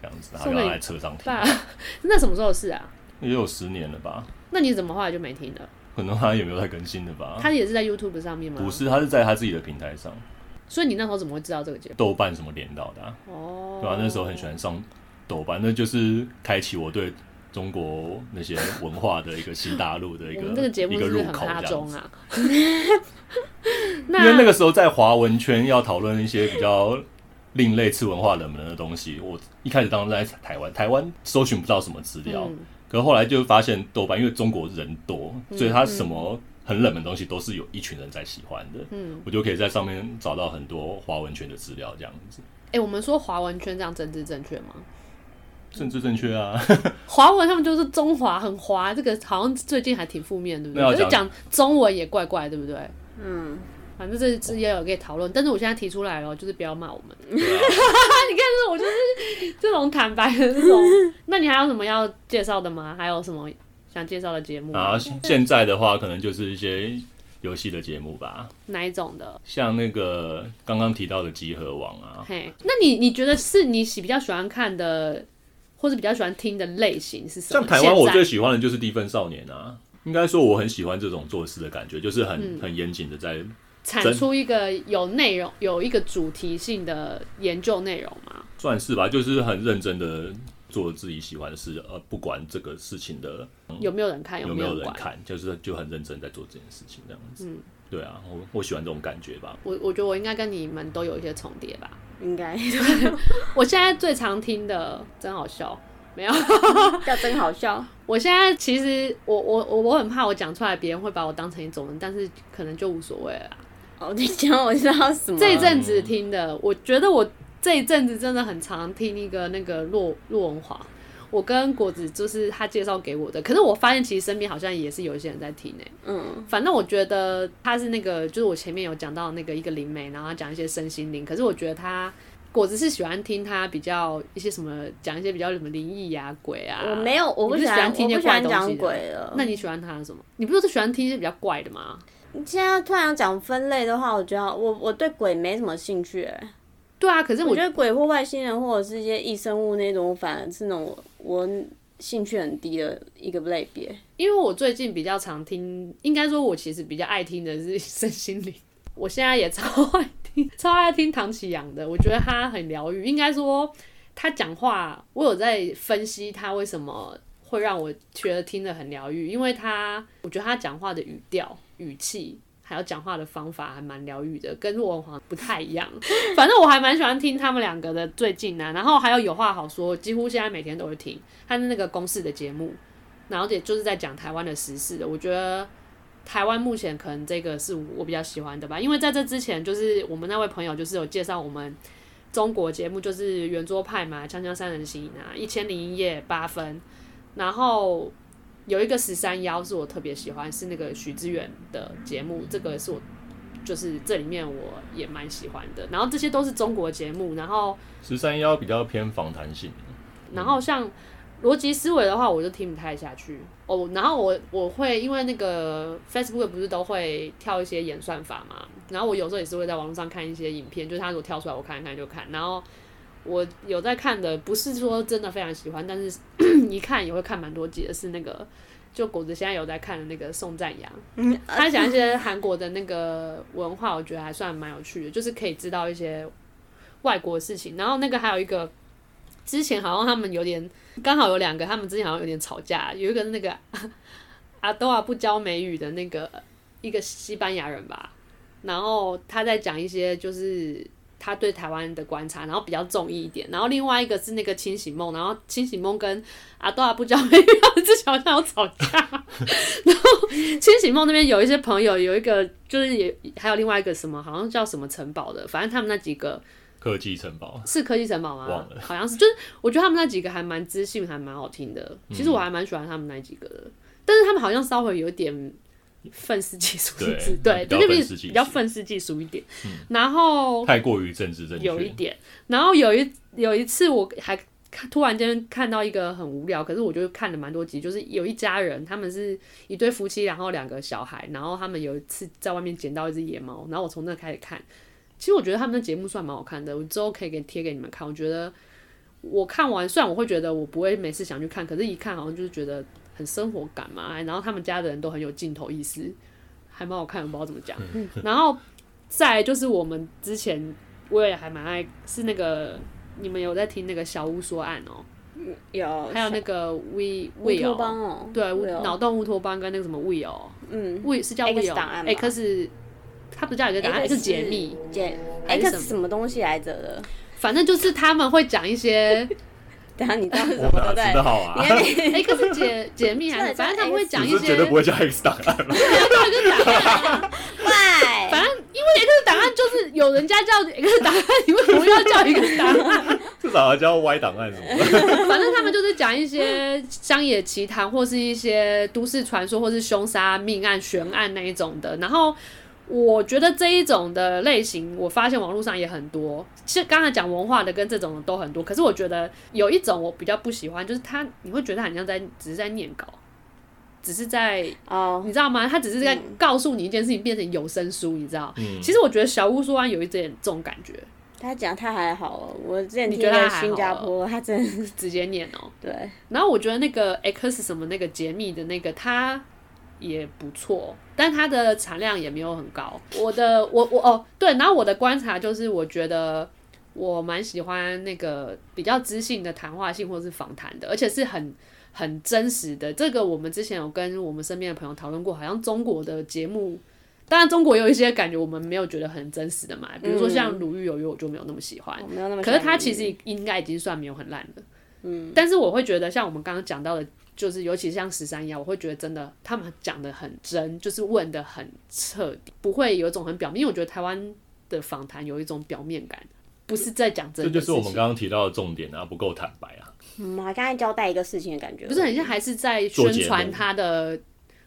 Speaker 3: 这样子，然后
Speaker 1: 送给
Speaker 3: 让
Speaker 1: 你
Speaker 3: 他在车上听。
Speaker 1: 爸， 那什么时候的事啊？
Speaker 3: 也有十年了吧，
Speaker 1: 那你怎么后来就没听了？
Speaker 3: 可能他也没有在更新的吧。
Speaker 1: 他也是在 YouTube 上面吗？
Speaker 3: 啊不，是，他是在他自己的平台上，
Speaker 1: 所以你那时候怎么会知道这个节目？
Speaker 3: 豆瓣什么连到的啊、
Speaker 1: 哦，
Speaker 3: 对吧、那时候很喜欢上豆瓣，那就是开启我对中国那些文化的一个新大陆的一
Speaker 1: 我
Speaker 3: 个
Speaker 1: 们这个节目
Speaker 3: 一
Speaker 1: 是
Speaker 3: 个
Speaker 1: 不是
Speaker 3: 入
Speaker 1: 很
Speaker 3: 口
Speaker 1: 哈
Speaker 3: 这样
Speaker 1: 中
Speaker 3: 子。
Speaker 1: 啊？
Speaker 3: 因为
Speaker 1: 那
Speaker 3: 那个时候在华文圈要讨论一些比较另类、次文化冷门的东西，我一开始当时在台湾，台湾搜寻不到什么资料，
Speaker 1: 嗯
Speaker 3: 可后来就发现豆瓣，因为中国人多，所以它什么很冷门的东西都是有一群人在喜欢的，
Speaker 1: 嗯，
Speaker 3: 我就可以在上面找到很多华文圈的资料，这样子
Speaker 1: 哎、我们说华文圈这样政治正确吗？
Speaker 3: 政治正确啊，
Speaker 1: 华文他们就是中华很华，这个好像最近还挺负面，对不
Speaker 3: 那要
Speaker 1: 对？就是
Speaker 3: 讲
Speaker 1: 讲中文也怪怪，对不对？
Speaker 2: 嗯，
Speaker 1: 反正这之也有可以讨论，但是我现在提出来了，就是不要骂我 们。
Speaker 3: 对啊
Speaker 1: 但是我就是这种坦白的这种。那你还有什么要介绍的吗？还有什么想介绍的节目吗？
Speaker 3: 然后啊现在的话，可能就是一些游戏的节目吧，
Speaker 1: 哪一种的？
Speaker 3: 像那个刚刚提到的《集合网》啊，
Speaker 1: 嘿，那你你觉得是你喜比较喜欢看的，或者比较喜欢听的类型是什么？
Speaker 3: 像台湾，我
Speaker 1: 现在
Speaker 3: 最喜欢的就是《低分少年》啊。应该说，我很喜欢这种做事的感觉，就是很、很严谨的在。
Speaker 1: 产出一个有内容、有一个主题性的研究内容嘛？
Speaker 3: 算是吧，就是很认真的做自己喜欢的事，呃，不管这个事情的
Speaker 1: 有没有人看？
Speaker 3: 有
Speaker 1: 没
Speaker 3: 没有
Speaker 1: 人
Speaker 3: 人
Speaker 1: 管？
Speaker 3: 看，就是就很认真在做这件事情，这样子。
Speaker 1: 嗯
Speaker 3: 对啊，我我喜欢这种感觉吧。
Speaker 1: 我我觉得我应该跟你们都有一些重叠吧。
Speaker 2: 应该
Speaker 1: 我现在最常听的真好笑，没有。
Speaker 2: 叫真好笑。
Speaker 1: 我现在其实我我我我很怕我讲出来，别人会把我当成一种人，但是可能就无所谓了啦。
Speaker 2: 哦，你讲我知道什么？
Speaker 1: 这一阵子听的，我觉得我这一阵子真的很常听一个那个骆骆文华，我跟果子就是他介绍给我的，可是我发现其实身边好像也是有一些人在听诶、
Speaker 2: 嗯，
Speaker 1: 反正我觉得他是那个，就是我前面有讲到那个一个灵媒，然后他讲一些身心灵，可是我觉得他。果子是喜欢听他比较一些什么讲一些比较什么灵异呀、鬼啊。
Speaker 2: 我没有，我不
Speaker 1: 你
Speaker 2: 喜
Speaker 1: 是喜
Speaker 2: 欢，
Speaker 1: 欢听见
Speaker 2: 我不喜
Speaker 1: 怪
Speaker 2: 欢
Speaker 1: 东西
Speaker 2: 讲
Speaker 1: 的
Speaker 2: 鬼了。
Speaker 1: 那你喜欢他什么？你不是都喜欢听一些比较怪的吗？
Speaker 2: 你现在突然讲分类的话，我觉得我我对鬼没什么兴趣、欸。
Speaker 1: 对啊，可是
Speaker 2: 我
Speaker 1: 我
Speaker 2: 觉得鬼或外星人或者是一些异生物那种，我反而是那种我兴趣很低的一个类别。
Speaker 1: 因为我最近比较常听，应该说我其实比较爱听的是 身心灵，我现在也超爱听，超爱听唐启阳的，我觉得他很疗愈。应该说他讲话，我有在分析他为什么会让我觉得听得很疗愈，因为他我觉得他讲话的语调、语气。还有讲话的方法还蛮疗愈的，跟我好像不太一样。 反正我还蛮喜欢听他们两个的最近啊，然后还有有话好说，几乎现在每天都会听他的那个公式的节目，然后也就是在讲台湾的时事的。我觉得台湾目前可能这个是我比较喜欢的吧，因为在这之前就是我们那位朋友就是有介绍我们。中国节目就是圆桌派嘛，《锵锵三人行》啊，《一千零一夜》八分，然后有一个十三幺是我特别喜欢，是那个许知远的节目，这个是我就是这里面我也蛮喜欢的。然后这些都是中国节目，然后
Speaker 3: 十三幺比较偏访谈性，
Speaker 1: 然后像逻辑思维的话，我就听不太下去哦。然后我我会因为那个 Facebook 不是都会跳一些演算法嘛，然后我有时候也是会在网络上看一些影片，就是它如果跳出来，我看一看就看。然后我有在看的，不是说真的非常喜欢，但是 一看也会看蛮多集的，是那个。就果子现在有在看的那个宋赞阳，他讲一些韩国的那个文化，我觉得还算蛮有趣的，就是可以知道一些外国事情。然后那个还有一个，之前好像他们有点刚好有两个，他们之前好像有点吵架，有一个是那个 阿多啊不教美语的那个一个西班牙人吧，然后他在讲一些就是他对台湾的观察，然后比较中意一点，然后另外一个是那个清醒梦，然后清醒梦跟阿多啊不教美语他们之前好像有吵架， 然后清醒梦那边有一些朋友有一个就是也还有另外一个什么好像叫什么城堡的，反正他们那几个
Speaker 3: 科技城堡。
Speaker 1: 是科技城堡吗？
Speaker 3: 忘了
Speaker 1: 好像是。就是我觉得他们那几个还蛮知性，还蛮好听的。
Speaker 3: 嗯
Speaker 1: 其实我还蛮喜欢他们那几个的，但是他们好像稍微有点愤世嫉俗，是不是？对，
Speaker 3: 对
Speaker 1: 就
Speaker 3: 比较愤
Speaker 1: 是
Speaker 3: 世嫉俗嗯
Speaker 1: 比较愤世嫉俗一点。然后
Speaker 3: 太过于政治正确，
Speaker 1: 有一点，然后有一有一次我还看突然间看到一个很无聊，可是我就看了蛮多集，就是有一家人，他们是一对夫妻，然后两个小孩，然后他们有一次在外面捡到一只野猫，然后我从那开始看。其实我觉得他们的节目算蛮好看的，我之后可以给贴给你们看。我觉得我看完，虽然我会觉得我不会每次想去看，可是一看好像就是觉得很生活感嘛。然后他们家的人都很有镜头意识，还蛮好看的，我不知道怎么讲。 然后再来就是我们之前我也还蛮爱，是那个你们有在听那个小巫说案哦、
Speaker 2: 有
Speaker 1: 还有那个 We
Speaker 2: 乌
Speaker 1: We
Speaker 2: 托邦
Speaker 1: 哦，
Speaker 2: 哦，
Speaker 1: 对，乌
Speaker 2: 乌托
Speaker 1: 脑洞乌托邦跟那个什么 We 哦
Speaker 2: 嗯
Speaker 1: ，We 是叫
Speaker 2: X
Speaker 1: We 哦
Speaker 2: 档案哎吧
Speaker 1: ，X 它不叫一个答案，是解密，
Speaker 2: 解
Speaker 1: 还是
Speaker 2: X
Speaker 1: 什么
Speaker 2: 哎什么东西来着的？
Speaker 1: 反正就是他们会讲一些
Speaker 2: 等一下你到底
Speaker 3: 我
Speaker 2: 什么
Speaker 3: 哪
Speaker 2: 都在
Speaker 3: 知？道 啊？
Speaker 1: X 解解密 还是，
Speaker 2: 真的叫
Speaker 1: 反正他们会讲
Speaker 3: 你
Speaker 1: 一
Speaker 3: 是
Speaker 1: 些，啊
Speaker 3: 绝对不会叫 X 档 案吧？
Speaker 2: 喂，
Speaker 1: 反正因为 X 档案就是有人家叫 X 档案，你为什么要叫 X 档案？
Speaker 3: 至少要叫 Y 档案什么的？
Speaker 1: 反正他们就是讲一些乡野奇谈，或是一些都市传说，或是凶杀、命案、悬案那一种的。然后我觉得这一种的类型，我发现网络上也很多。其实刚才讲文化的跟这种的都很多，可是我觉得有一种我比较不喜欢，就是他你会觉得他很像在只是在念稿，只是在
Speaker 2: 哦，
Speaker 1: 你知道吗？他只是在告诉你一件事情，变成有声书，你知道。
Speaker 3: 嗯
Speaker 1: 其实我觉得小屋说完有一点这种感觉，
Speaker 2: 他讲他还好哦，我之前
Speaker 1: 你
Speaker 2: 听
Speaker 1: 觉得他
Speaker 2: 个
Speaker 1: 还
Speaker 2: 新加
Speaker 1: 好哦
Speaker 2: 坡，他真的是
Speaker 1: 直接念哦、
Speaker 2: 对，
Speaker 1: 然后我觉得那个 X 什么那个解密的那个，它也不错，但它的产量也没有很高。我的我我哦对，然后我的观察就是，我觉得我蛮喜欢那个比较知性的谈话性或是访谈的，而且是很很真实的。这个我们之前有跟我们身边的朋友讨论过，好像中国的节目。当然，中国有一些感觉我们没有觉得很真实的嘛，比如说像《鲁豫有约》，我就没有那么喜欢。
Speaker 2: 我没有那么喜
Speaker 1: 哎可是
Speaker 2: 欢你。
Speaker 1: 它其实应该已经算没有很烂了。嗯，但是我会觉得，像我们刚刚讲到的，就是尤其像十三幺，我会觉得真的他们讲的很真，就是问的很彻底，不会有一种很表面。因为我觉得台湾的访谈有一种表面感，不是在讲真
Speaker 3: 这
Speaker 1: 的。
Speaker 3: 就是我们刚刚提到的重点啊，不够坦白啊。
Speaker 2: 嗯，他刚才交代一个事情的感觉，
Speaker 1: 不是很像还是在宣传他的，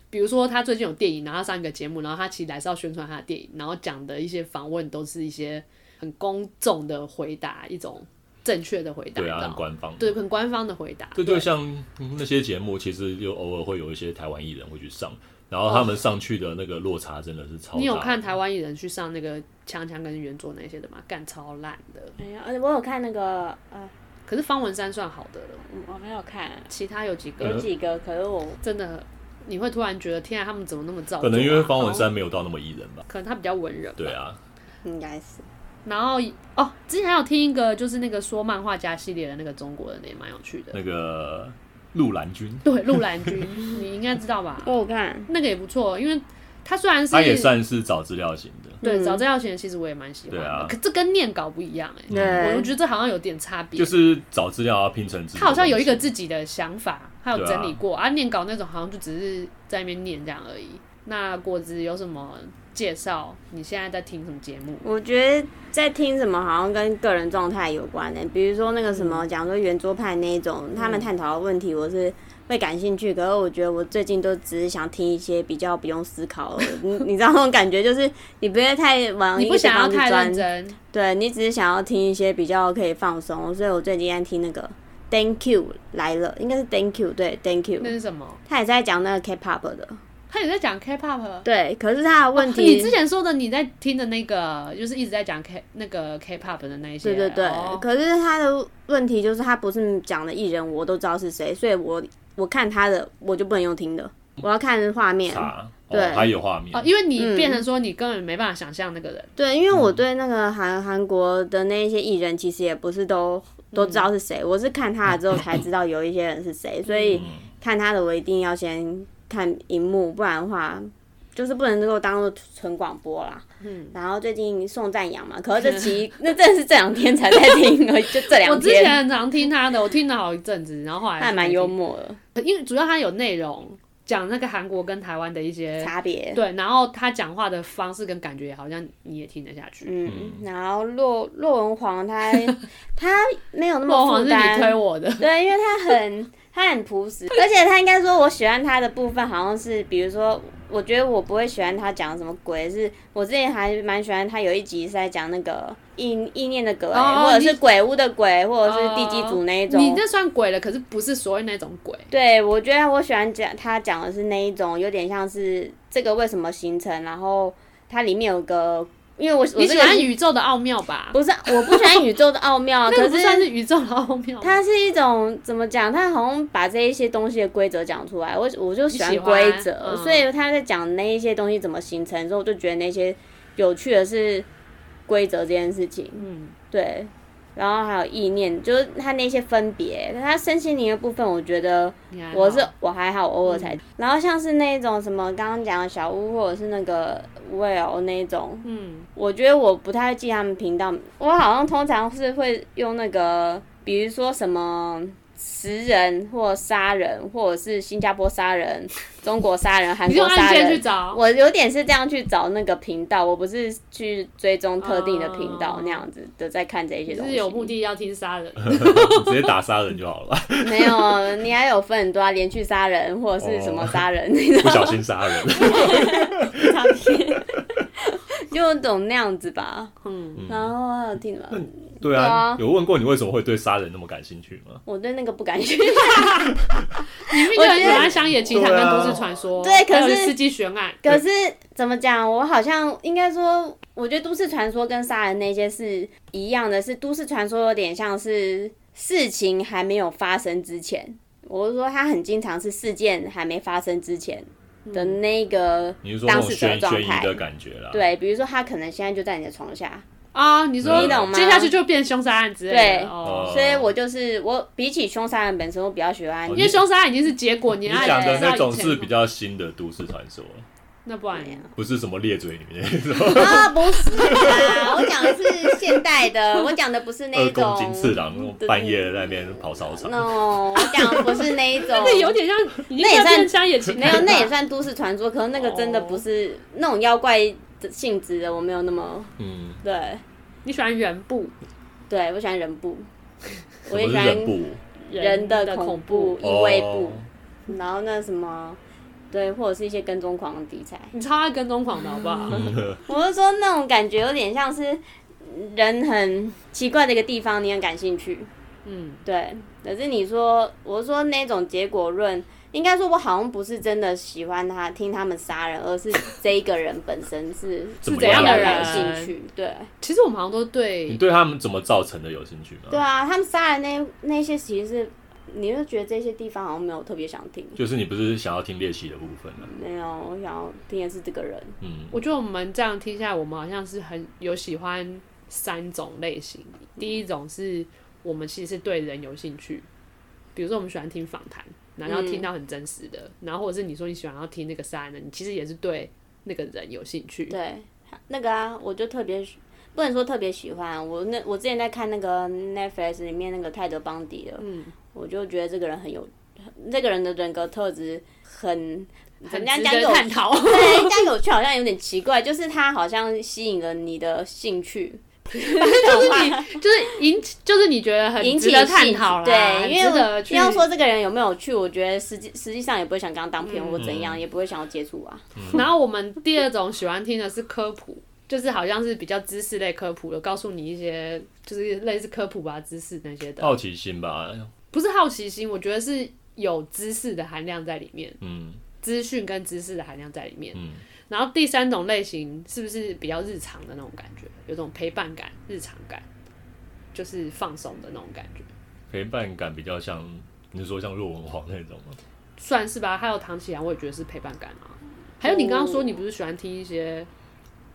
Speaker 1: 比如说他最近有电影，然后他上一个节目，然后他其实还是要宣传他的电影，然后讲的一些访问都是一些很公众的回答，一种正确的回答，
Speaker 3: 对
Speaker 1: 你
Speaker 3: 啊，
Speaker 1: 知
Speaker 3: 很
Speaker 1: 道吗
Speaker 3: 官方。
Speaker 1: 对，很官方的回答。
Speaker 3: 这就像嗯那些节目，其实就偶尔会有一些台湾艺人会去上，然后他们上去的那个落差真的是超大。
Speaker 1: 你有看？台湾艺人去上那个强强跟原作那些的吗？干超烂的，
Speaker 2: 没有，而哎且我有看那个呃，
Speaker 1: 可是方文山算好的了，
Speaker 2: 嗯我没有看，
Speaker 1: 其他有几
Speaker 3: 嗯
Speaker 2: 有
Speaker 1: 个
Speaker 2: 几个，可是我
Speaker 1: 真的你会突然觉得天啊，他们怎么那么造、啊？
Speaker 3: 可能因为方文，山没有到那么艺人吧。
Speaker 1: 可能他比较文人。
Speaker 3: 对。啊，
Speaker 1: 哦
Speaker 2: 应该是
Speaker 1: 然后哦，之前还有听一个就是那个说漫画家系列的那个中国人的也蛮有趣的，
Speaker 3: 那个陆兰君，
Speaker 1: 对，陆兰君，你应该知道吧？
Speaker 2: 我有看，
Speaker 1: 那个也不错，因为他虽然是
Speaker 3: 它也算是找资料型的，
Speaker 1: 对
Speaker 2: 嗯
Speaker 1: 找资料型的，其实我也蛮喜欢的。
Speaker 3: 对啊
Speaker 1: 可这跟念稿不一样哎、
Speaker 2: 对
Speaker 1: 我觉得这好像有点差别。
Speaker 3: 就是找资料要拼成自己的
Speaker 1: 他好像有一个
Speaker 3: 东西
Speaker 1: 自己的想法，他有
Speaker 3: 对啊
Speaker 1: 整理过啊念稿那种好像就只是在那边念这样而已。那果子有什么介绍？你现在在听什么节目？
Speaker 2: 我觉得在听什么好像跟个人状态有关的、比如说那个什
Speaker 1: 嗯
Speaker 2: 么，讲说圆桌派那一种，他们探讨的问题，我是会感兴趣。可是我觉得我最近都只是想听一些比较不用思考的， 你你知道那种感觉，就是你不会太往
Speaker 1: 你
Speaker 2: 一
Speaker 1: 不
Speaker 2: 个
Speaker 1: 想要
Speaker 2: 方去
Speaker 1: 太认
Speaker 2: 钻，
Speaker 1: 真，
Speaker 2: 对你只是想要听一些比较可以放松。所以我最近在听那个 Thank You 来了，应该是 Thank You 对 Thank You，
Speaker 1: 那是什么？
Speaker 2: 他也是在讲那个 K-pop 的，
Speaker 1: 他也在讲 K-pop。
Speaker 2: 对。可是他的问
Speaker 1: 哦你
Speaker 2: 题
Speaker 1: 之。前说的你在听的那个，就是一直在讲 K 那个 K-pop 的那一些。
Speaker 2: 对对对，
Speaker 1: 哦
Speaker 2: 可是他的问题就是他不是讲的艺人，我都知道是谁，所以我我看他的我就不能用听的，
Speaker 1: 嗯
Speaker 2: 我要看画面。
Speaker 3: 查，
Speaker 2: 对
Speaker 3: 哦，还有画面
Speaker 1: 哦，因为你变成说你根本没办法想象那个人，
Speaker 2: 对，因为
Speaker 1: 嗯
Speaker 2: 我对那个韩韩国的那一些艺人，其实也不是都都知道是谁，
Speaker 1: 嗯
Speaker 2: 我是看他了之后才知道有一些人 是谁，所以看他的我一定要先看荧幕，不然的话。就是不能够当做纯广播啦，嗯，然后最近宋赞扬嘛，可是这 期那真的是这两天才在听而已，就这
Speaker 1: 我
Speaker 2: 两
Speaker 1: 之
Speaker 2: 天，
Speaker 1: 前很常听他的，我听了好一阵子，然后后来
Speaker 2: 他还蛮幽默的，
Speaker 1: 默，因为主要他有内容讲那个韩国跟台湾的一些
Speaker 2: 差别。
Speaker 1: 对，然后他讲话的方式跟感觉好像你也听得下去。
Speaker 2: 嗯，然后洛洛文 皇他他没有那
Speaker 1: 莫
Speaker 2: 么
Speaker 1: 黄
Speaker 2: 负
Speaker 1: 是你推
Speaker 2: 担，
Speaker 1: 我的，
Speaker 2: 对，因为他很他很朴实，而且他应该说我喜欢他的部分好像是，比如说我觉得我不会喜欢他讲什么鬼，是我之前还蛮喜欢他有一集是在讲那个意意念的鬼，
Speaker 1: 哦
Speaker 2: 或者
Speaker 1: 你哦
Speaker 2: 是鬼屋的鬼，或者是地基组那一种。
Speaker 1: 你这算鬼了，可是不是所谓那种鬼。
Speaker 2: 对，我觉得我喜欢讲他讲的是那一种，有点像是这个为什么形成，然后它里面有个，因为我我
Speaker 1: 你
Speaker 2: 这
Speaker 1: 喜
Speaker 2: 个
Speaker 1: 欢宇宙的奥妙吧？
Speaker 2: 不是，我不喜欢宇宙的奥妙啊，
Speaker 1: 那个
Speaker 2: 可
Speaker 1: 不算
Speaker 2: 是
Speaker 1: 是宇宙的奥妙吗。
Speaker 2: 它是一种怎么讲？它好像把这一些东西的规则讲出来，我我就喜
Speaker 1: 你
Speaker 2: 欢
Speaker 1: 喜欢
Speaker 2: 规则，
Speaker 1: 嗯
Speaker 2: 所以他在讲那一些东西怎么形成之后，我就觉得那些有趣的是规则这件事情，
Speaker 1: 嗯，
Speaker 2: 对。然后还有意念，就是它那些分别，它身心灵的部分，我觉得
Speaker 1: 你还好
Speaker 2: 我是我还好，偶尔
Speaker 1: 嗯
Speaker 2: 才。然后像是那种什么刚刚讲的小屋，或者是那个 Will 那种，
Speaker 1: 嗯，
Speaker 2: 我觉得我不太记他们频道，我好像通常是会用那个，比如说什么食人或杀人，或者是新加坡杀人、中国杀人、韩
Speaker 1: 你就
Speaker 2: 国
Speaker 1: 按
Speaker 2: 杀
Speaker 1: 键去
Speaker 2: 人。
Speaker 1: 找。
Speaker 2: 我有点是这样去找那个频道，我不是去追踪特定的频道
Speaker 1: 哦
Speaker 2: 那样子的在看这些
Speaker 1: 你
Speaker 2: 东西。
Speaker 1: 是有目 的要听杀人，
Speaker 3: 你直接打杀人就好 了，
Speaker 2: 没有？你还有分很多啊，连续杀人或者是什么杀人，你知
Speaker 3: 不
Speaker 2: 道
Speaker 3: 小心杀 人。
Speaker 2: 吗？ 就懂那样子吧。
Speaker 1: 嗯，
Speaker 2: 然后还有听什么？
Speaker 3: 对
Speaker 2: 对
Speaker 3: 啊
Speaker 2: 啊，
Speaker 3: 有问过你为什么会对杀人那么感兴趣吗？
Speaker 2: 我对那个不感兴趣。
Speaker 1: 你们就很喜欢乡野奇谈跟都市传说，
Speaker 2: 对啊对
Speaker 1: 还有
Speaker 2: 可是
Speaker 1: 司机悬案，
Speaker 2: 可是怎么讲？我好像应该说，我觉得都市传说跟杀人那些是一样的，是都市传说有点像是事情还没有发生之前，我是说它很经常是事件还没发生之前的那个
Speaker 3: 你是说那
Speaker 2: 当
Speaker 3: 种
Speaker 2: 事者
Speaker 3: 悬
Speaker 2: 的状
Speaker 3: 悬疑
Speaker 2: 态。
Speaker 3: 的感觉啦？，
Speaker 2: 对，比如说他可能现在就在你的床下，
Speaker 1: 啊，你说
Speaker 3: 你懂
Speaker 2: 吗
Speaker 1: 接下去就变凶杀案之类的
Speaker 2: 对
Speaker 1: 哦，
Speaker 2: 所以我就是我比起凶杀人本身，我比较喜欢
Speaker 3: 哦
Speaker 1: 因为凶杀案已经是结果，你
Speaker 3: 你
Speaker 1: 按
Speaker 3: 讲的
Speaker 1: 知道
Speaker 3: 那
Speaker 1: 以
Speaker 3: 种
Speaker 1: 前
Speaker 3: 是比较新的都市传说，
Speaker 1: 那不然
Speaker 2: 对啊
Speaker 3: 不是什么裂嘴里面那种
Speaker 2: 啊，不是啦，我讲的是现代的，我讲的不是那
Speaker 3: 二
Speaker 2: 种
Speaker 3: 宫金次郎那种
Speaker 2: 对
Speaker 3: 半夜在那边跑操场。
Speaker 2: ，no，我讲的不是那一种，
Speaker 1: 那有点像，已经
Speaker 2: 那也
Speaker 1: 快
Speaker 2: 算
Speaker 1: 变乡野奇
Speaker 2: 没有，
Speaker 1: 谈
Speaker 2: 那
Speaker 1: 吧
Speaker 2: 也算都市传说，可是那个真的不是、
Speaker 1: 哦
Speaker 2: 那种妖怪的性质的，我没有那么
Speaker 3: 嗯，
Speaker 2: 对
Speaker 1: 你喜欢原部
Speaker 2: 对，我喜欢人部，
Speaker 3: 什
Speaker 2: 我
Speaker 3: 么
Speaker 2: 也
Speaker 3: 是
Speaker 2: 喜欢
Speaker 3: 人部？
Speaker 2: 人的恐怖
Speaker 1: 怖，
Speaker 2: 异味
Speaker 3: 哦
Speaker 2: 部，然后那什么。对，或者是一些跟踪狂的题材，
Speaker 1: 你超爱跟踪狂的好不好？
Speaker 2: 嗯
Speaker 3: 哦
Speaker 2: 我是说那种感觉有点像是人很奇怪的一个地方，你很感兴趣。
Speaker 1: 嗯，
Speaker 2: 对，可是你说，我说那种结果论，应该说我好像不是真的喜欢他听他们杀人，而是这一个人本身是
Speaker 3: 怎么
Speaker 1: 怎样
Speaker 2: 让
Speaker 1: 的
Speaker 2: 我
Speaker 1: 人嗯
Speaker 2: 有兴趣。对，
Speaker 1: 其实我们好像都
Speaker 3: 你
Speaker 1: 对，
Speaker 3: 对他们怎么造成的有兴趣吗？
Speaker 2: 对啊，他们杀人那那些其实是，你就觉得这些地方好像没有特别想听，
Speaker 3: 就是你不是想要听猎奇的部分啊？
Speaker 2: 没有，我想要听的是这个人。
Speaker 3: 嗯，
Speaker 1: 我觉得我们这样听下来，我们好像是很有喜欢三种类型。第一种是我们其实对人有兴趣，比如说我们喜欢听
Speaker 2: 嗯
Speaker 1: 访谈，然后要听到很真实的，然后或者是你说你喜欢要听那个杀人的，你其实也是对那个人有兴趣。
Speaker 2: 对，那个啊，我就特别喜不能说特别喜欢，我那我之前在看那个 Netflix 里面那个泰德邦迪的，嗯，我就觉得这个人很有，这个人的人格特质很怎
Speaker 1: 很
Speaker 2: 么样
Speaker 1: 值
Speaker 2: 讲
Speaker 1: 得
Speaker 2: 有
Speaker 1: 探讨
Speaker 2: 对，这样有趣好像有点奇怪，就是他好像吸引了你的兴趣， 就是你
Speaker 1: 就是引起，就是你觉得很
Speaker 2: 引
Speaker 1: 呃值
Speaker 2: 起
Speaker 1: 得
Speaker 2: 兴
Speaker 1: 探
Speaker 2: 趣
Speaker 1: 讨啦，
Speaker 2: 对，因
Speaker 1: 很值
Speaker 2: 为
Speaker 1: 得
Speaker 2: 我
Speaker 1: 去
Speaker 2: 要说这个人有没有趣，我觉得实际实际上也不会想跟他当朋
Speaker 1: 嗯
Speaker 2: 友或怎样，也不会想要接触啊。
Speaker 1: 然后我们第二种喜欢听的是科普，就是好像是比较知识类科普的，告诉你一些就是类似科普吧、知识那些的，
Speaker 3: 好奇心吧，
Speaker 1: 不是好奇心，我觉得是有知识的含量在里面，
Speaker 3: 嗯
Speaker 1: 资讯跟知识的含量在里面。
Speaker 3: 嗯，
Speaker 1: 然后第三种类型是不是比较日常的那种感觉，有种陪伴感、日常感，就是放松的那种感觉，
Speaker 3: 陪伴感比较像，你是说像若文皇那种吗？
Speaker 1: 算是吧。还有唐启阳，我也觉得是陪伴感啊。还有你刚刚说你不是喜欢听一些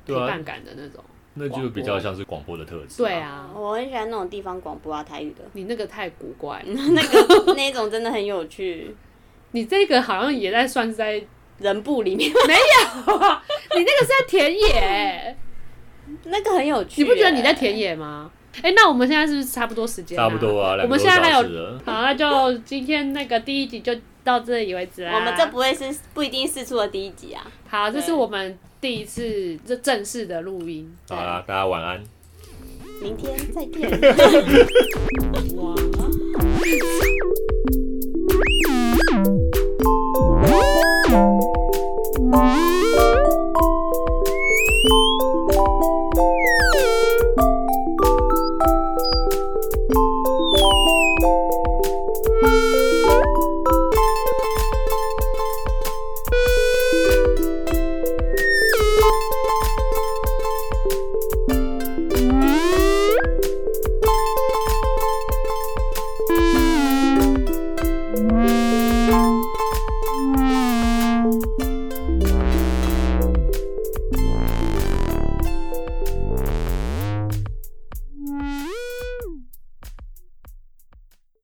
Speaker 1: 陪
Speaker 3: 对啊
Speaker 1: 伴感的那种，
Speaker 3: 那就比较像是广播的特质、
Speaker 1: 对，啊。
Speaker 2: 我很喜欢那种地方广播啊，台语 的
Speaker 1: 你那个太古怪了，
Speaker 2: 那种真的很有趣，
Speaker 1: 你这个好像也在算是在， 你
Speaker 2: 人部里面
Speaker 1: 那个是在田野、欸，
Speaker 2: 那个很有趣啊
Speaker 1: 你
Speaker 2: 耶，
Speaker 1: 不觉得你在田野吗？哎、那我们现在是不是差不多时间、
Speaker 3: 差不多啊，
Speaker 1: 我
Speaker 3: 两个
Speaker 1: 们
Speaker 3: 多
Speaker 1: 现在还
Speaker 3: 小时
Speaker 1: 有，
Speaker 3: 了。
Speaker 1: 好，那就今天那个第一集就到这里为止啦。
Speaker 2: 我们这不会是不一定是出的第一集啊，
Speaker 1: 好，这是
Speaker 2: 对
Speaker 1: 我们第一次这正式的录音。
Speaker 3: 好啦，大家晚安。
Speaker 2: 明天再见。
Speaker 1: 哇。